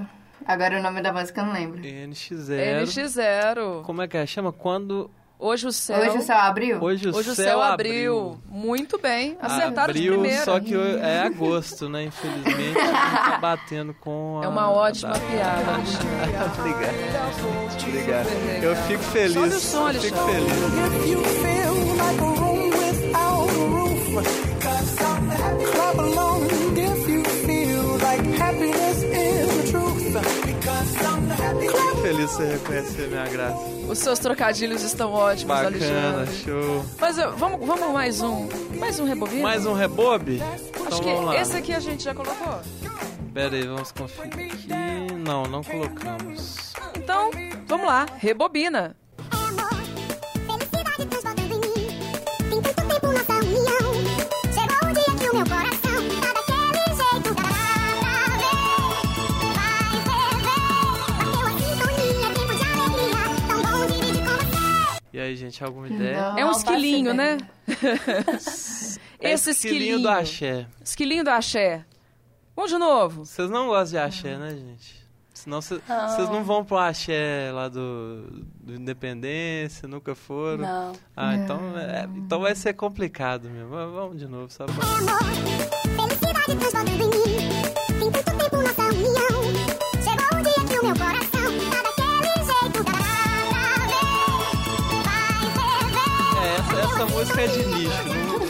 X: NX0. Agora o nome da música eu não lembro.
F: NX0.
C: NX0.
F: Como é que é? Chama quando...
C: Hoje o céu.
X: Hoje o céu abriu?
F: Hoje o céu
C: abriu. Muito bem. Acertaram de
F: Abril,
C: primeira.
F: só que é agosto, né? Infelizmente, não tá batendo com a...
C: É uma ótima
F: data.
C: piada.
F: *laughs* Obrigado. Obrigado. Eu fico feliz.
C: Sobe o som,
F: eu fico
C: Alexandre.
F: feliz. Fico feliz de você reconhecer minha graça.
C: Os seus trocadilhos estão ótimos,
F: Bacana,
C: Alexandre.
F: show.
C: Mas eu- vamos, vamos mais um. Mais um rebobino?
F: Mais um rebobe? Então
C: Acho
F: vamos
C: que
F: lá.
C: esse aqui a gente já colocou.
F: Pera aí, vamos conferir aqui. Não, não colocamos.
C: Então, vamos lá. Rebobina.
A: Chegou o dia que o meu coração tá daquele jeito.
F: E aí, gente, alguma ideia?
C: é um esquilinho, né? *laughs*
F: É
C: Esse esquilinho.
F: do axé.
C: Esquilinho do axé. Vamos de novo.
F: Vocês não gostam de axé, né, gente? Senão vocês
C: Não.
F: vocês não vão pro axé lá do, do Independência, nunca foram.
C: Não.
F: Ah, Então, é- então vai ser complicado mesmo. Mas Vamos de novo, só pra... É, essa, essa música é de nicho.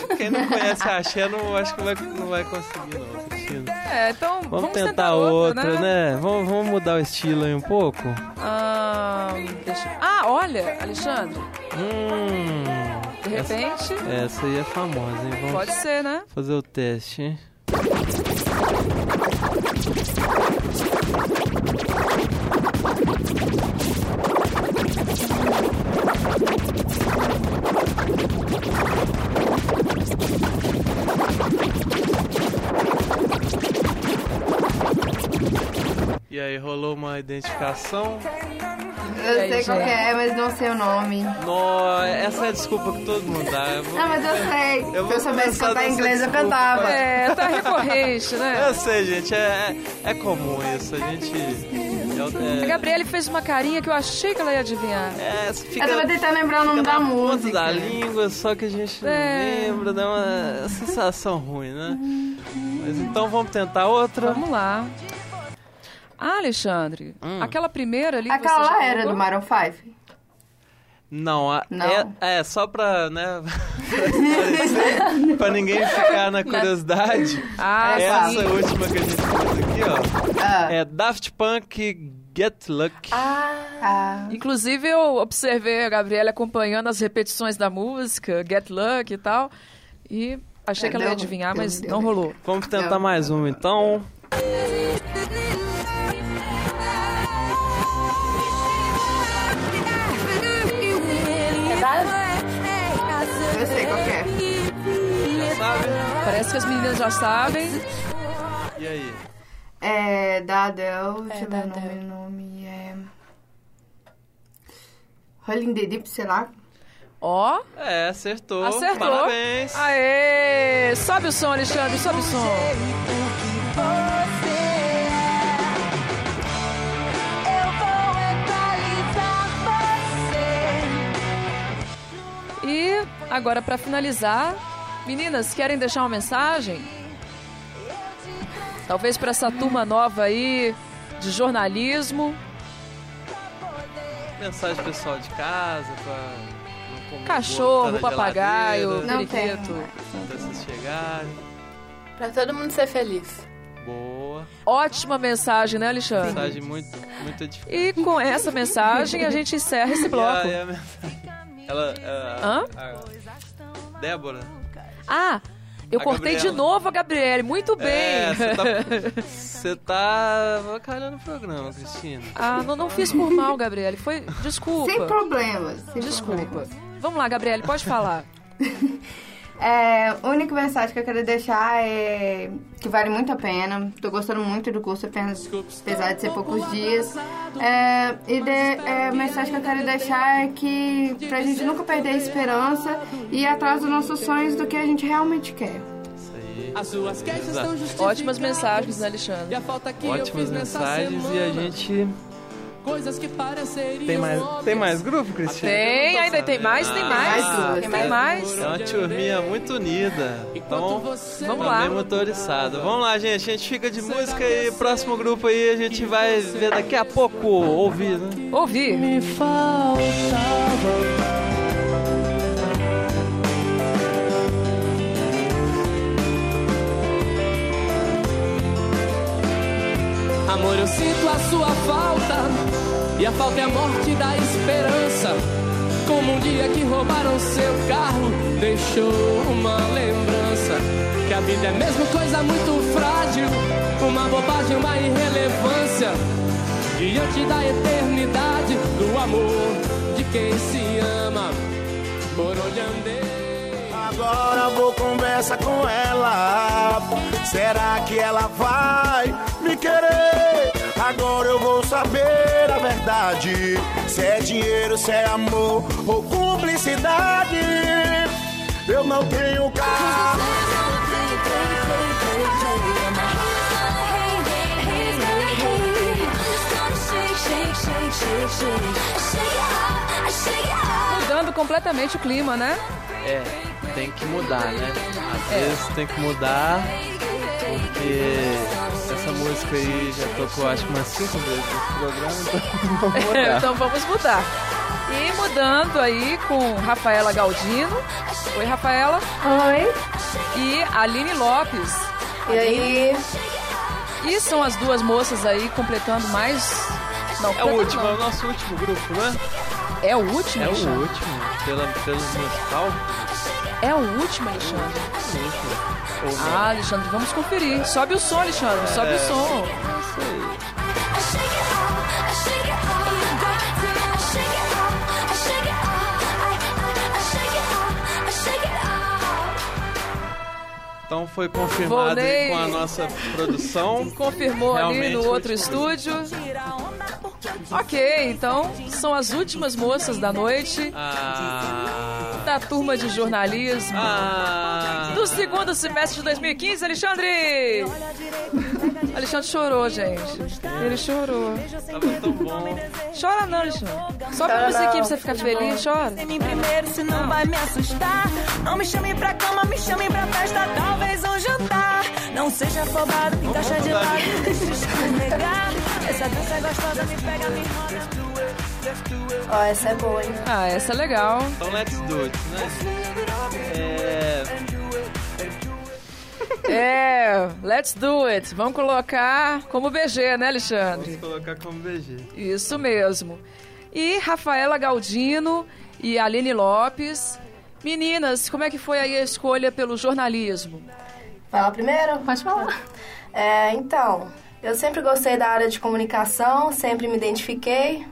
F: não- Quem não conhece a axé, não, acho que vai, não vai conseguir, não. Cristina.
C: É, então
F: Vamos,
C: vamos,
F: tentar, outra, né? Vamos, vamos mudar o estilo aí um pouco?
C: Ah, deixa- ah, olha, Alexandre.
F: Hum.
C: De repente,
F: Essa, essa aí é famosa, hein? Vamos
C: pode ser, né?
F: fazer o teste, hein? E aí, rolou uma identificação?
X: Eu sei qual que é, mas não sei o nome.
F: No, essa é a desculpa que todo mundo dá. Eu vou-
X: Não, mas eu sei.
F: Eu
X: Se
F: vou
X: eu soubesse
F: pensar
X: cantar
F: nessa
X: inglês, eu
F: desculpa.
X: cantava.
C: É, tá recorrente, né?
F: Eu sei, gente, é, é, é comum isso. A gente. É,
C: A
F: é,
C: Gabriele fez uma carinha que eu achei que ela ia adivinhar.
F: É, fica-
X: eu tava tentando lembrar o nome da
F: ponto
X: música.
F: da língua, só que a gente não
X: É.
F: lembra, dá uma sensação ruim, né? Mas então vamos tentar outra.
C: Vamos lá. Ah, Alexandre,
F: Hum.
C: aquela primeira ali.
X: *laughs* Aquela
C: você já
X: era
C: colocou?
X: do Maroon 5.
F: Não, a-
X: Não?
F: É, é só pra, né? *laughs* pra ninguém ficar na curiosidade.
C: Né? Ah,
F: essa
C: sim. Ah.
F: última que a gente fez aqui, ó. É Daft Punk Get Lucky.
B: Ah.
C: Ah. Inclusive, eu observei a Gabriela acompanhando as repetições da música, Get Luck e tal, e achei
F: É,
C: que ela ia
F: deu-
C: adivinhar,
F: deu-
C: mas
F: deu
C: não
F: bem.
C: rolou.
F: Vamos tentar mais uma então.
X: Eu sei qual que é.
C: Parece que as meninas já sabem.
F: E aí?
X: É da Adele, deixa eu ver o nome, o nome é... Rolling the Deep, sei lá.
C: Ó,
F: É, acertou.
C: acertou.
F: Parabéns.
C: Aê! Sobe o som, Alexandre, sobe o som. E agora, pra finalizar, meninas, querem deixar uma mensagem? Talvez pra essa turma nova aí de jornalismo.
F: Mensagem pessoal de casa, pra...
C: Cachorro,
F: botar tá na
C: papagaio,
F: geladeira,
C: Não tem, periquito.
F: Pra vocês chegarem.
B: Pra todo mundo ser feliz.
F: Boa.
C: Ótima mensagem, né, Alexandre?
F: Mensagem muito, muito difícil.
C: E com essa mensagem a gente encerra esse bloco.
F: *laughs* E a- e a mensagem- Ela...
C: Hã?
F: a- Débora.
C: Ah, eu
F: A
C: cortei de
F: Gabriela.
C: novo a Gabriele. Muito bem.
F: É, você tá... Você tá avacalhando o programa, Cristina.
C: *laughs* Ah, não, não fiz por mal, Gabriele. Foi. Desculpa.
X: Sem problemas, sem
C: Desculpa. Vamos lá, Gabriele, pode falar.
X: *laughs* É, a única mensagem que eu quero deixar é que vale muito a pena. Tô gostando muito do curso, apenas, apesar de ser poucos dias. É, e de- é, a mensagem que eu quero deixar é que pra gente nunca perder a esperança e ir atrás dos nossos sonhos do que a gente realmente quer.
F: As suas
X: queixas
C: estão Ótimas mensagens, né, Alexandre.
F: Ótimas mensagens e a gente...
C: Coisas que pareceriam.
F: Tem mais, tem mais grupo, Cristina?
C: Tem, ainda tem mais,
F: Ah,
C: tem mais. Tem mais.
F: É uma turminha muito unida. Então,
C: Vamos
F: vamos
C: lá.
F: lá. motorizada. Vamos lá, gente. A gente fica de música e próximo grupo aí a gente vai ver daqui a pouco. Ouvir, né?
C: Ouvir.
F: Me
C: faltava.
E: Amor, eu sinto a sua falta E a falta é a morte da esperança Como um dia que roubaram seu carro Deixou uma lembrança Que a vida é mesmo coisa muito frágil Uma bobagem, uma irrelevância Diante da eternidade Do amor de quem se ama Por onde andei
M: Agora vou conversa com ela. Será que ela vai me querer? Agora eu vou saber a verdade. Se é dinheiro, se é amor ou cumplicidade. Eu não tenho carro.
C: Mudando completamente o clima, né?
F: É, tem que mudar, né? Às
C: É.
F: vezes tem que mudar. Porque essa música aí já tocou acho que umas cinco vezes no programa. Então vamos mudar.
C: então vamos mudar. E mudando aí com Rafaela Galdino. Oi, Rafaela. Oi. E Aline Lopes. E aí? E são as duas moças aí completando mais. Não,
F: É o
C: completando
F: último, é o
C: não.
F: nosso último grupo, né?
C: É o último?
F: É o
C: Alexandre?
F: último. Pela, pelo musical,
C: É o último, Alexandre.
F: é o último. Ou não.
C: Ah, Alexandre, vamos conferir. Sobe o som, Alexandre, sobe
F: É.
C: o som.
F: Então foi confirmado
C: Volney.
F: aí com a nossa produção.
C: *laughs* Confirmou ali
F: Realmente,
C: no outro
F: último.
C: estúdio. Ok, então são as últimas moças da noite.
F: Ah,
C: Da turma de jornalismo.
P: Ah.
C: Do segundo semestre de 2015, Alexandre! Alexandre chorou, gente. Ele chorou.
F: Tava tão bom.
C: Chora não, Alexandre. Só pra
R: Chora
C: musiquinha
R: não.
C: pra você ficar
G: Tá
C: feliz, chora.
R: Pense em mim primeiro, senão vai me assustar. Não me chame pra cama, me chame pra festa, talvez um jantar.
D: Não seja afobado, encaixa de lado, deixa escorregar. Essa dança é gostosa me pega, me rola.
G: Ó, essa é boa, hein?
C: Ah, essa é legal.
F: Então, let's do it, né? É...
C: É, let's do it. Vamos colocar como BG, né, Alexandre?
F: Vamos colocar como BG.
C: Isso mesmo. E Rafaela Galdino e Aline Lopes. Meninas, como é que foi aí a escolha pelo jornalismo?
G: Fala primeiro?
K: Pode falar.
G: É, então, eu sempre gostei da área de comunicação, sempre me identifiquei.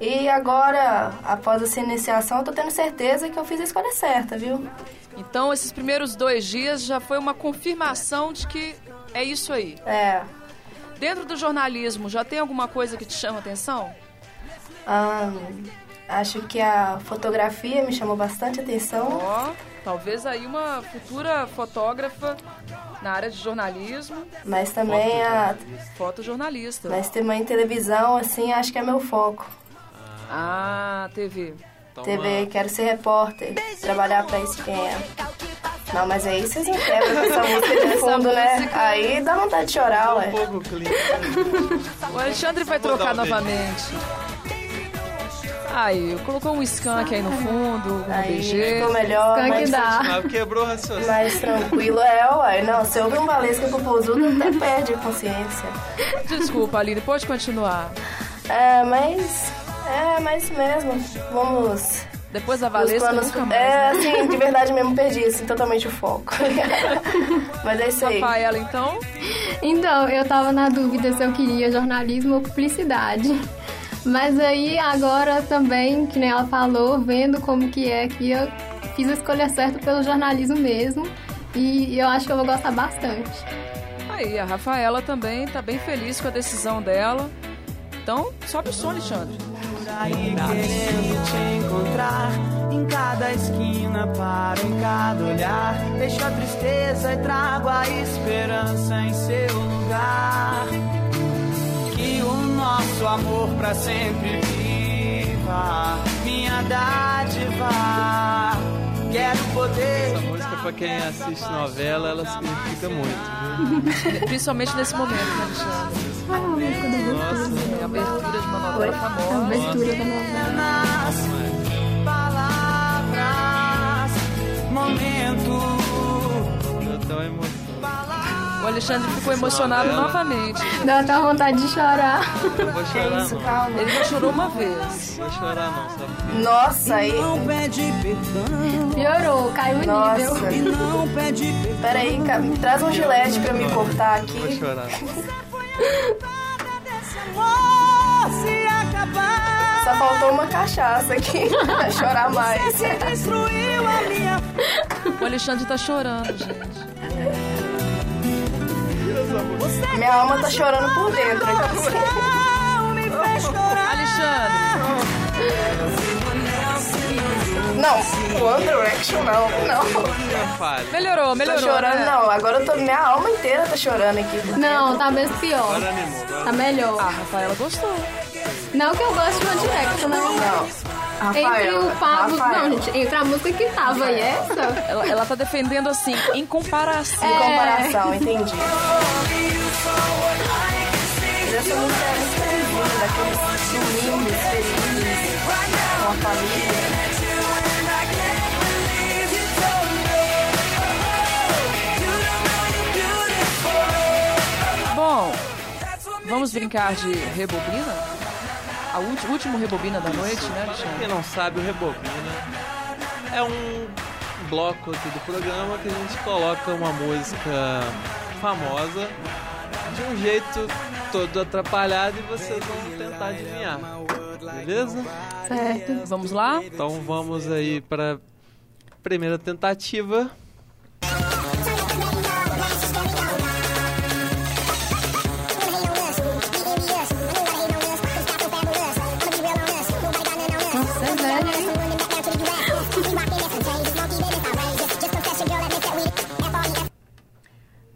G: E agora, após essa iniciação, eu tô tendo certeza que eu fiz a escolha certa, viu?
C: Então, esses primeiros dois dias já foi uma confirmação de que é isso aí.
G: É.
C: Dentro do jornalismo, já tem alguma coisa que te chama atenção?
G: Ah, acho que a fotografia me chamou bastante atenção.
C: Ó, tá talvez aí uma futura fotógrafa na área de jornalismo.
G: Mas também a.
C: Fotojornalista.
G: Mas também televisão, assim, acho que é meu foco.
C: Ah, TV.
G: Então, TV, quero ser repórter, trabalhar pra isso quem é. Não, mas aí vocês me quebram com essa música de fundo, né? Aí dá um vontade de chorar, ué. né?
C: O Alexandre vai trocar novamente. Aí, colocou um skunk aí no fundo, um
G: Aí
C: BG.
G: ficou melhor.
C: Skunk
G: mais-
C: dá.
F: Quebrou o raciocínio.
G: Mais tranquilo é, uai. Não, se ouvir um balesca com pousudo, até
C: *laughs*
G: perde a consciência.
C: Desculpa, Aline, pode continuar.
G: É, mas... É, mas mesmo. Vamos...
C: Depois da
G: Valesca,
C: nunca mais,
G: É,
C: né?
G: assim, de verdade mesmo, perdi, assim, totalmente
C: *laughs*
G: o foco. mas é isso aí.
C: Rafaela, então?
R: Então, eu tava na dúvida se eu queria jornalismo ou publicidade. Mas aí agora também, que nem ela falou, vendo como que é que eu fiz a escolha certa pelo jornalismo mesmo. E eu acho que eu vou gostar bastante.
C: Aí, a Rafaela também tá bem feliz com a decisão dela. Então, sobe o som, Alexandre.
P: Aí querendo te encontrar em cada esquina, paro em cada olhar. Deixo a tristeza e trago a esperança em seu lugar. Que o nosso amor pra sempre viva, minha dádiva. Quero poder.
F: Música pra quem assiste novela, ela significa muito.
C: *laughs* Principalmente nesse momento, né, Alexandre?
R: Ah, a música do
C: Nossa, é a abertura de uma novela famosa.
R: abertura da novela.
P: Palavras, momento.
F: Então é emoção.
C: O Alexandre ficou emocionado
F: Novela.
C: novamente.
R: Dá até vontade de chorar.
F: Não vou chorar, não.
C: Ele já chorou uma vez.
F: Não vou chorar, não, sabe?
G: Nossa, aí.
P: Não pede perdão.
R: Piorou, caiu o
G: Nossa.
R: nível.
G: Peraí, cara, me traz um gilete pra eu me cortar aqui.
F: Vou chorar.
D: Se acabar,
G: Só faltou uma cachaça aqui *laughs* pra chorar mais.
D: Você se destruiu a minha
C: O Alexandre tá chorando, gente.
G: Minha alma tá chorando por dentro.
C: Alexandre!
G: Não, One Direction não, não.
C: Melhorou, melhorou.
G: Tô chorando,
C: né?
G: não. Agora eu tô, minha alma inteira tá chorando aqui.
R: Não, tá mesmo pior. Tá melhor.
C: Ah, Rafaela gostou.
R: Não que eu goste de uma direct, né? não. Entre
C: Rafaela,
R: o Pablo.
C: Rafaela.
R: Não, gente, entre a música que tava e essa.
C: Ela, ela tá defendendo assim, em comparação.
R: Em É. comparação,
G: entendi. Mas essa música é muito bem-vinda, daqueles meninos felizes com a família.
C: Bom, vamos brincar de rebobina? A ulti- último rebobina da noite, né,
F: Pra
C: Alexandre?
F: quem não sabe, o Rebobina é um bloco aqui do programa que a gente coloca uma música famosa de um jeito todo atrapalhado e vocês vão tentar adivinhar. Beleza?
P: É.
R: Certo.
C: Vamos lá?
F: Então vamos aí pra primeira tentativa.
R: Nossa, é velha, hein?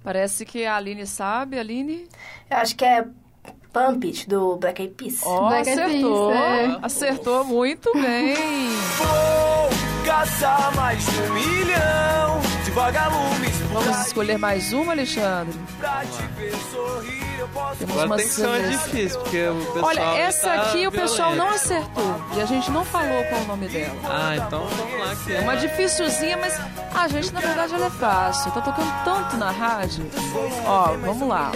C: Parece que a Aline sabe, Aline.
G: Eu acho que é Pump It, do Black Eyed Peas.
C: Ó, acertou.
G: é.
C: Acertou muito bem.
P: Caça mais de um milhão. de vagalumes.
C: Vamos escolher mais uma, Alexandre?
P: Pra te ver sorrir, eu posso
C: Temos
F: Agora
C: uma
F: tem que ser uma
C: seleção.
F: difícil, porque o pessoal.
C: Olha, essa
F: tá
C: aqui o pessoal não
F: violento.
C: acertou. E a gente não falou qual o nome dela.
F: Ah, então vamos lá que
C: É uma dificilzinha, mas a gente, na verdade, ela é fácil. Tá tocando tanto na rádio. Ó, vamos lá.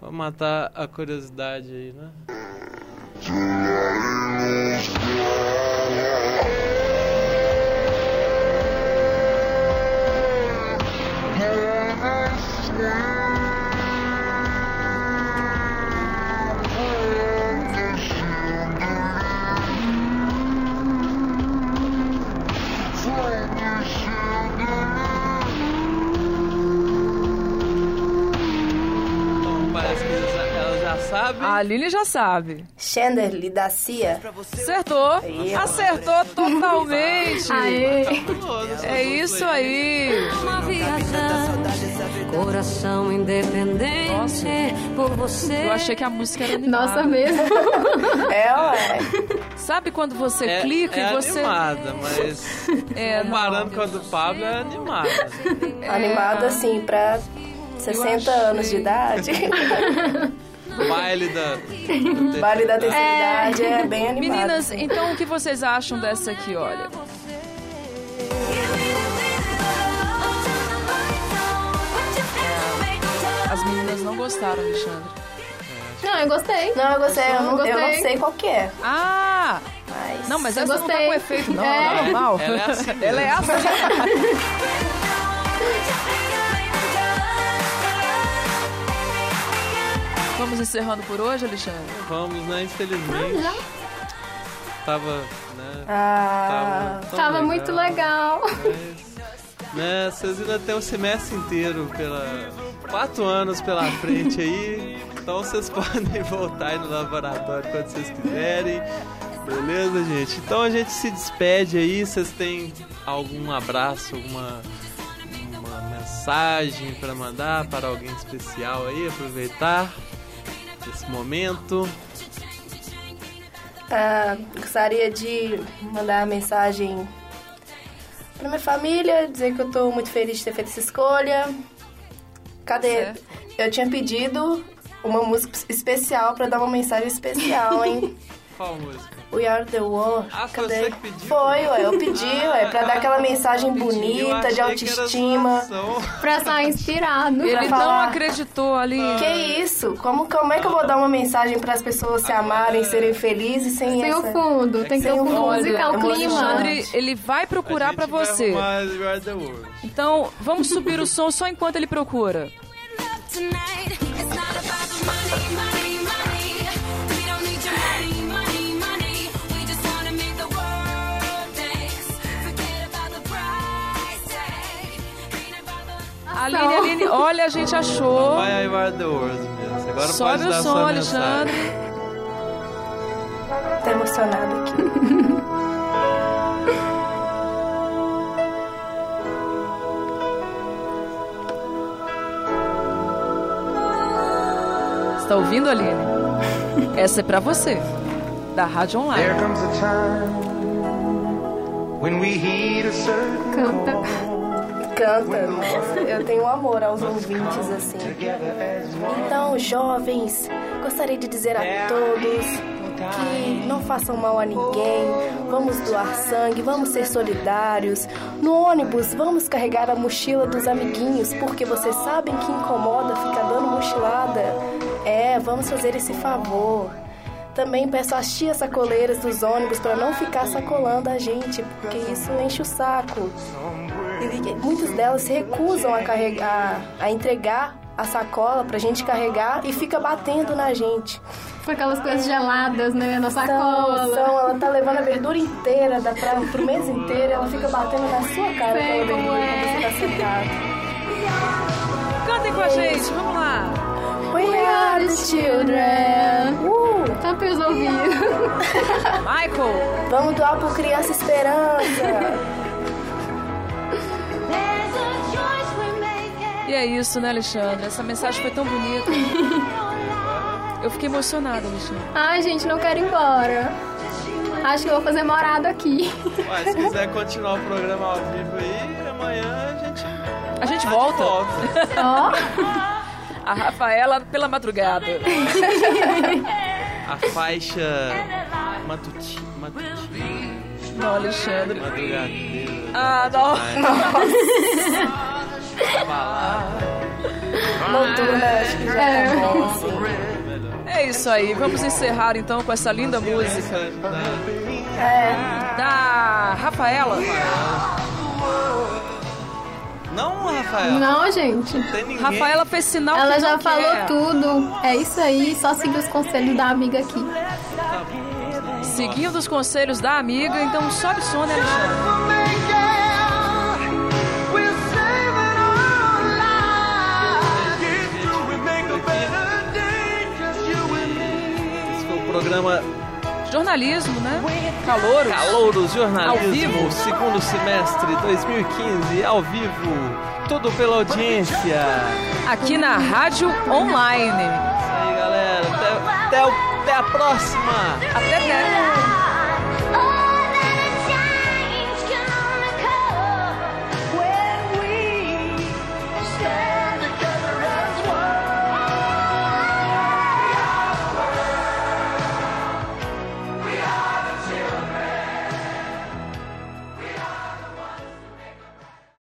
F: Vou matar a curiosidade aí, né? Então, Parece que ela já, ela já sabe.
C: A Lili já sabe.
G: Chandler da Cia.
C: Acertou. Acertou totalmente.
G: Aê.
C: É isso aí.
J: Uma viadão, coração independente por você.
C: Eu achei que a música era animada.
J: Nossa mesmo.
G: *laughs* É, ué.
C: Sabe quando você
F: É-
C: clica
F: é
C: e você...
F: animada, mas
C: *laughs* É, não.
F: comparando com a do Pablo, é animada.
C: É.
G: Animado assim, pra 60 anos
C: *laughs*
G: de idade. *laughs*
F: Baile da...
G: Baile da terceira idade é bem animado.
C: Meninas,
G: assim.
C: então o que vocês acham dessa aqui, olha? As meninas não gostaram, Alexandre.
J: Não, eu gostei.
G: Não, eu gostei. Eu
J: Eu
G: não, eu não
J: gostei.
G: sei qual que é.
C: Ah! Não, mas
J: Eu
C: essa não tá
J: gostei.
C: com efeito, não.
J: É.
C: É normal.
J: Ela é assim mesmo.
C: Ela é assim. Vamos encerrando por hoje, Alexandre?
F: Vamos, né? Infelizmente. Tava, né?
J: Ah,
F: tão
J: tava muito legal.
F: Né? Vocês ainda têm o semestre inteiro, pela... quatro anos pela frente aí. Então vocês *laughs* podem voltar aí no laboratório quando vocês quiserem. Beleza, gente? Então a gente se despede aí. Vocês têm algum abraço, alguma uma mensagem para mandar para alguém especial aí? Aproveitar esse momento.
G: Ah, gostaria de mandar uma mensagem pra minha família, dizer que eu tô muito feliz de ter feito essa escolha. Cadê? Eu tinha pedido uma música especial pra dar uma mensagem especial,
F: *laughs*
G: hein?
F: Qual música?
G: We Are The World.
F: Ah, foi você que pediu?
G: Foi, ué, eu pedi,
F: Ah,
G: ué, pra dar aquela mensagem
F: pediu, eu
G: bonita, de
F: achei que era
G: autoestima.
J: pra sair inspirado.
G: Pra falar.
C: acreditou ali.
G: Que isso? Como, como é que eu vou dar uma mensagem para as pessoas se amarem, serem felizes sem
J: Ah. Sem
G: essa...
J: o fundo, tem que ter o fundo
G: Olha,
J: Um
G: é
J: musical,
G: eu
J: o
G: vou
J: clima.
G: deixar-
C: Alexandre, ele vai procurar pra você.
F: Mas You Are The World.
C: Então, vamos subir o som só enquanto ele procura. Aline, Aline, olha, a gente achou.
F: Vai You Are The World mesmo. Agora
C: Sobe
F: pode
C: o
F: dar
C: som,
F: sua
C: Alexandre.
F: mensagem.
G: Tô emocionada aqui.
C: Está tá ouvindo, Aline? Essa é pra você, da Rádio Online.
N: There comes a time when we heed a certain
G: Canta, nossa, eu tenho um amor aos ouvintes, assim. Então, jovens, gostaria de dizer a todos que não façam mal a ninguém, vamos doar sangue, vamos ser solidários. No ônibus, vamos carregar a mochila dos amiguinhos, porque vocês sabem que incomoda ficar dando mochilada. É, vamos fazer esse favor. Também peço às tias sacoleiras dos ônibus para não ficar sacolando a gente, porque isso enche o saco. E muitas delas se recusam a, carregar, a entregar a sacola pra gente carregar e fica batendo na gente.
J: Com aquelas coisas geladas, né? Na sacola.
G: São, são, ela tá levando a verdura inteira da pra, pro mês inteiro, ela fica batendo na sua cara
J: Sei
G: pela verdura
J: como é.
G: quando você tá sentado.
C: Cantem com a gente, vamos lá.
J: We are the children.
G: Uh!
J: Tá pra os ouvidos.
C: Michael!
G: Vamos doar pro Criança Esperança!
C: E é isso, né, Alexandre? Essa mensagem foi tão bonita. Eu fiquei emocionada, Alexandre.
J: Ai, gente, não quero ir embora. Acho que eu vou fazer morada aqui.
F: Ué, se quiser continuar o programa ao vivo aí, é amanhã a gente.
C: A gente volta.
F: Ó.
C: *laughs* A Rafaela pela
J: *laughs*
C: madrugada.
F: A faixa matuti- matutina.
C: Não, Alexandre.
F: Madrugadeira.
C: *laughs* Ah, nossa. Ah,
A: é.
C: É isso aí, vamos encerrar então com essa linda música da Rafaela.
F: Não,
P: Ah,
R: *laughs*
P: é.
F: Rafaela.
R: Não, gente.
C: Rafaela fez sinal que
R: Ela já
C: não
R: falou
C: quer.
R: tudo. É isso aí, só seguir os conselhos da amiga aqui.
C: Seguindo os conselhos da amiga, então sobe o som, né, Alexandre?
F: O um programa
C: Jornalismo, né? Calouros.
F: Calouros Jornalismo,
C: Ao vivo.
F: segundo semestre 2015, ao vivo, tudo pela audiência.
C: Aqui na Rádio Online.
F: Isso aí, galera. Até, até o- até a próxima.
C: Até, né?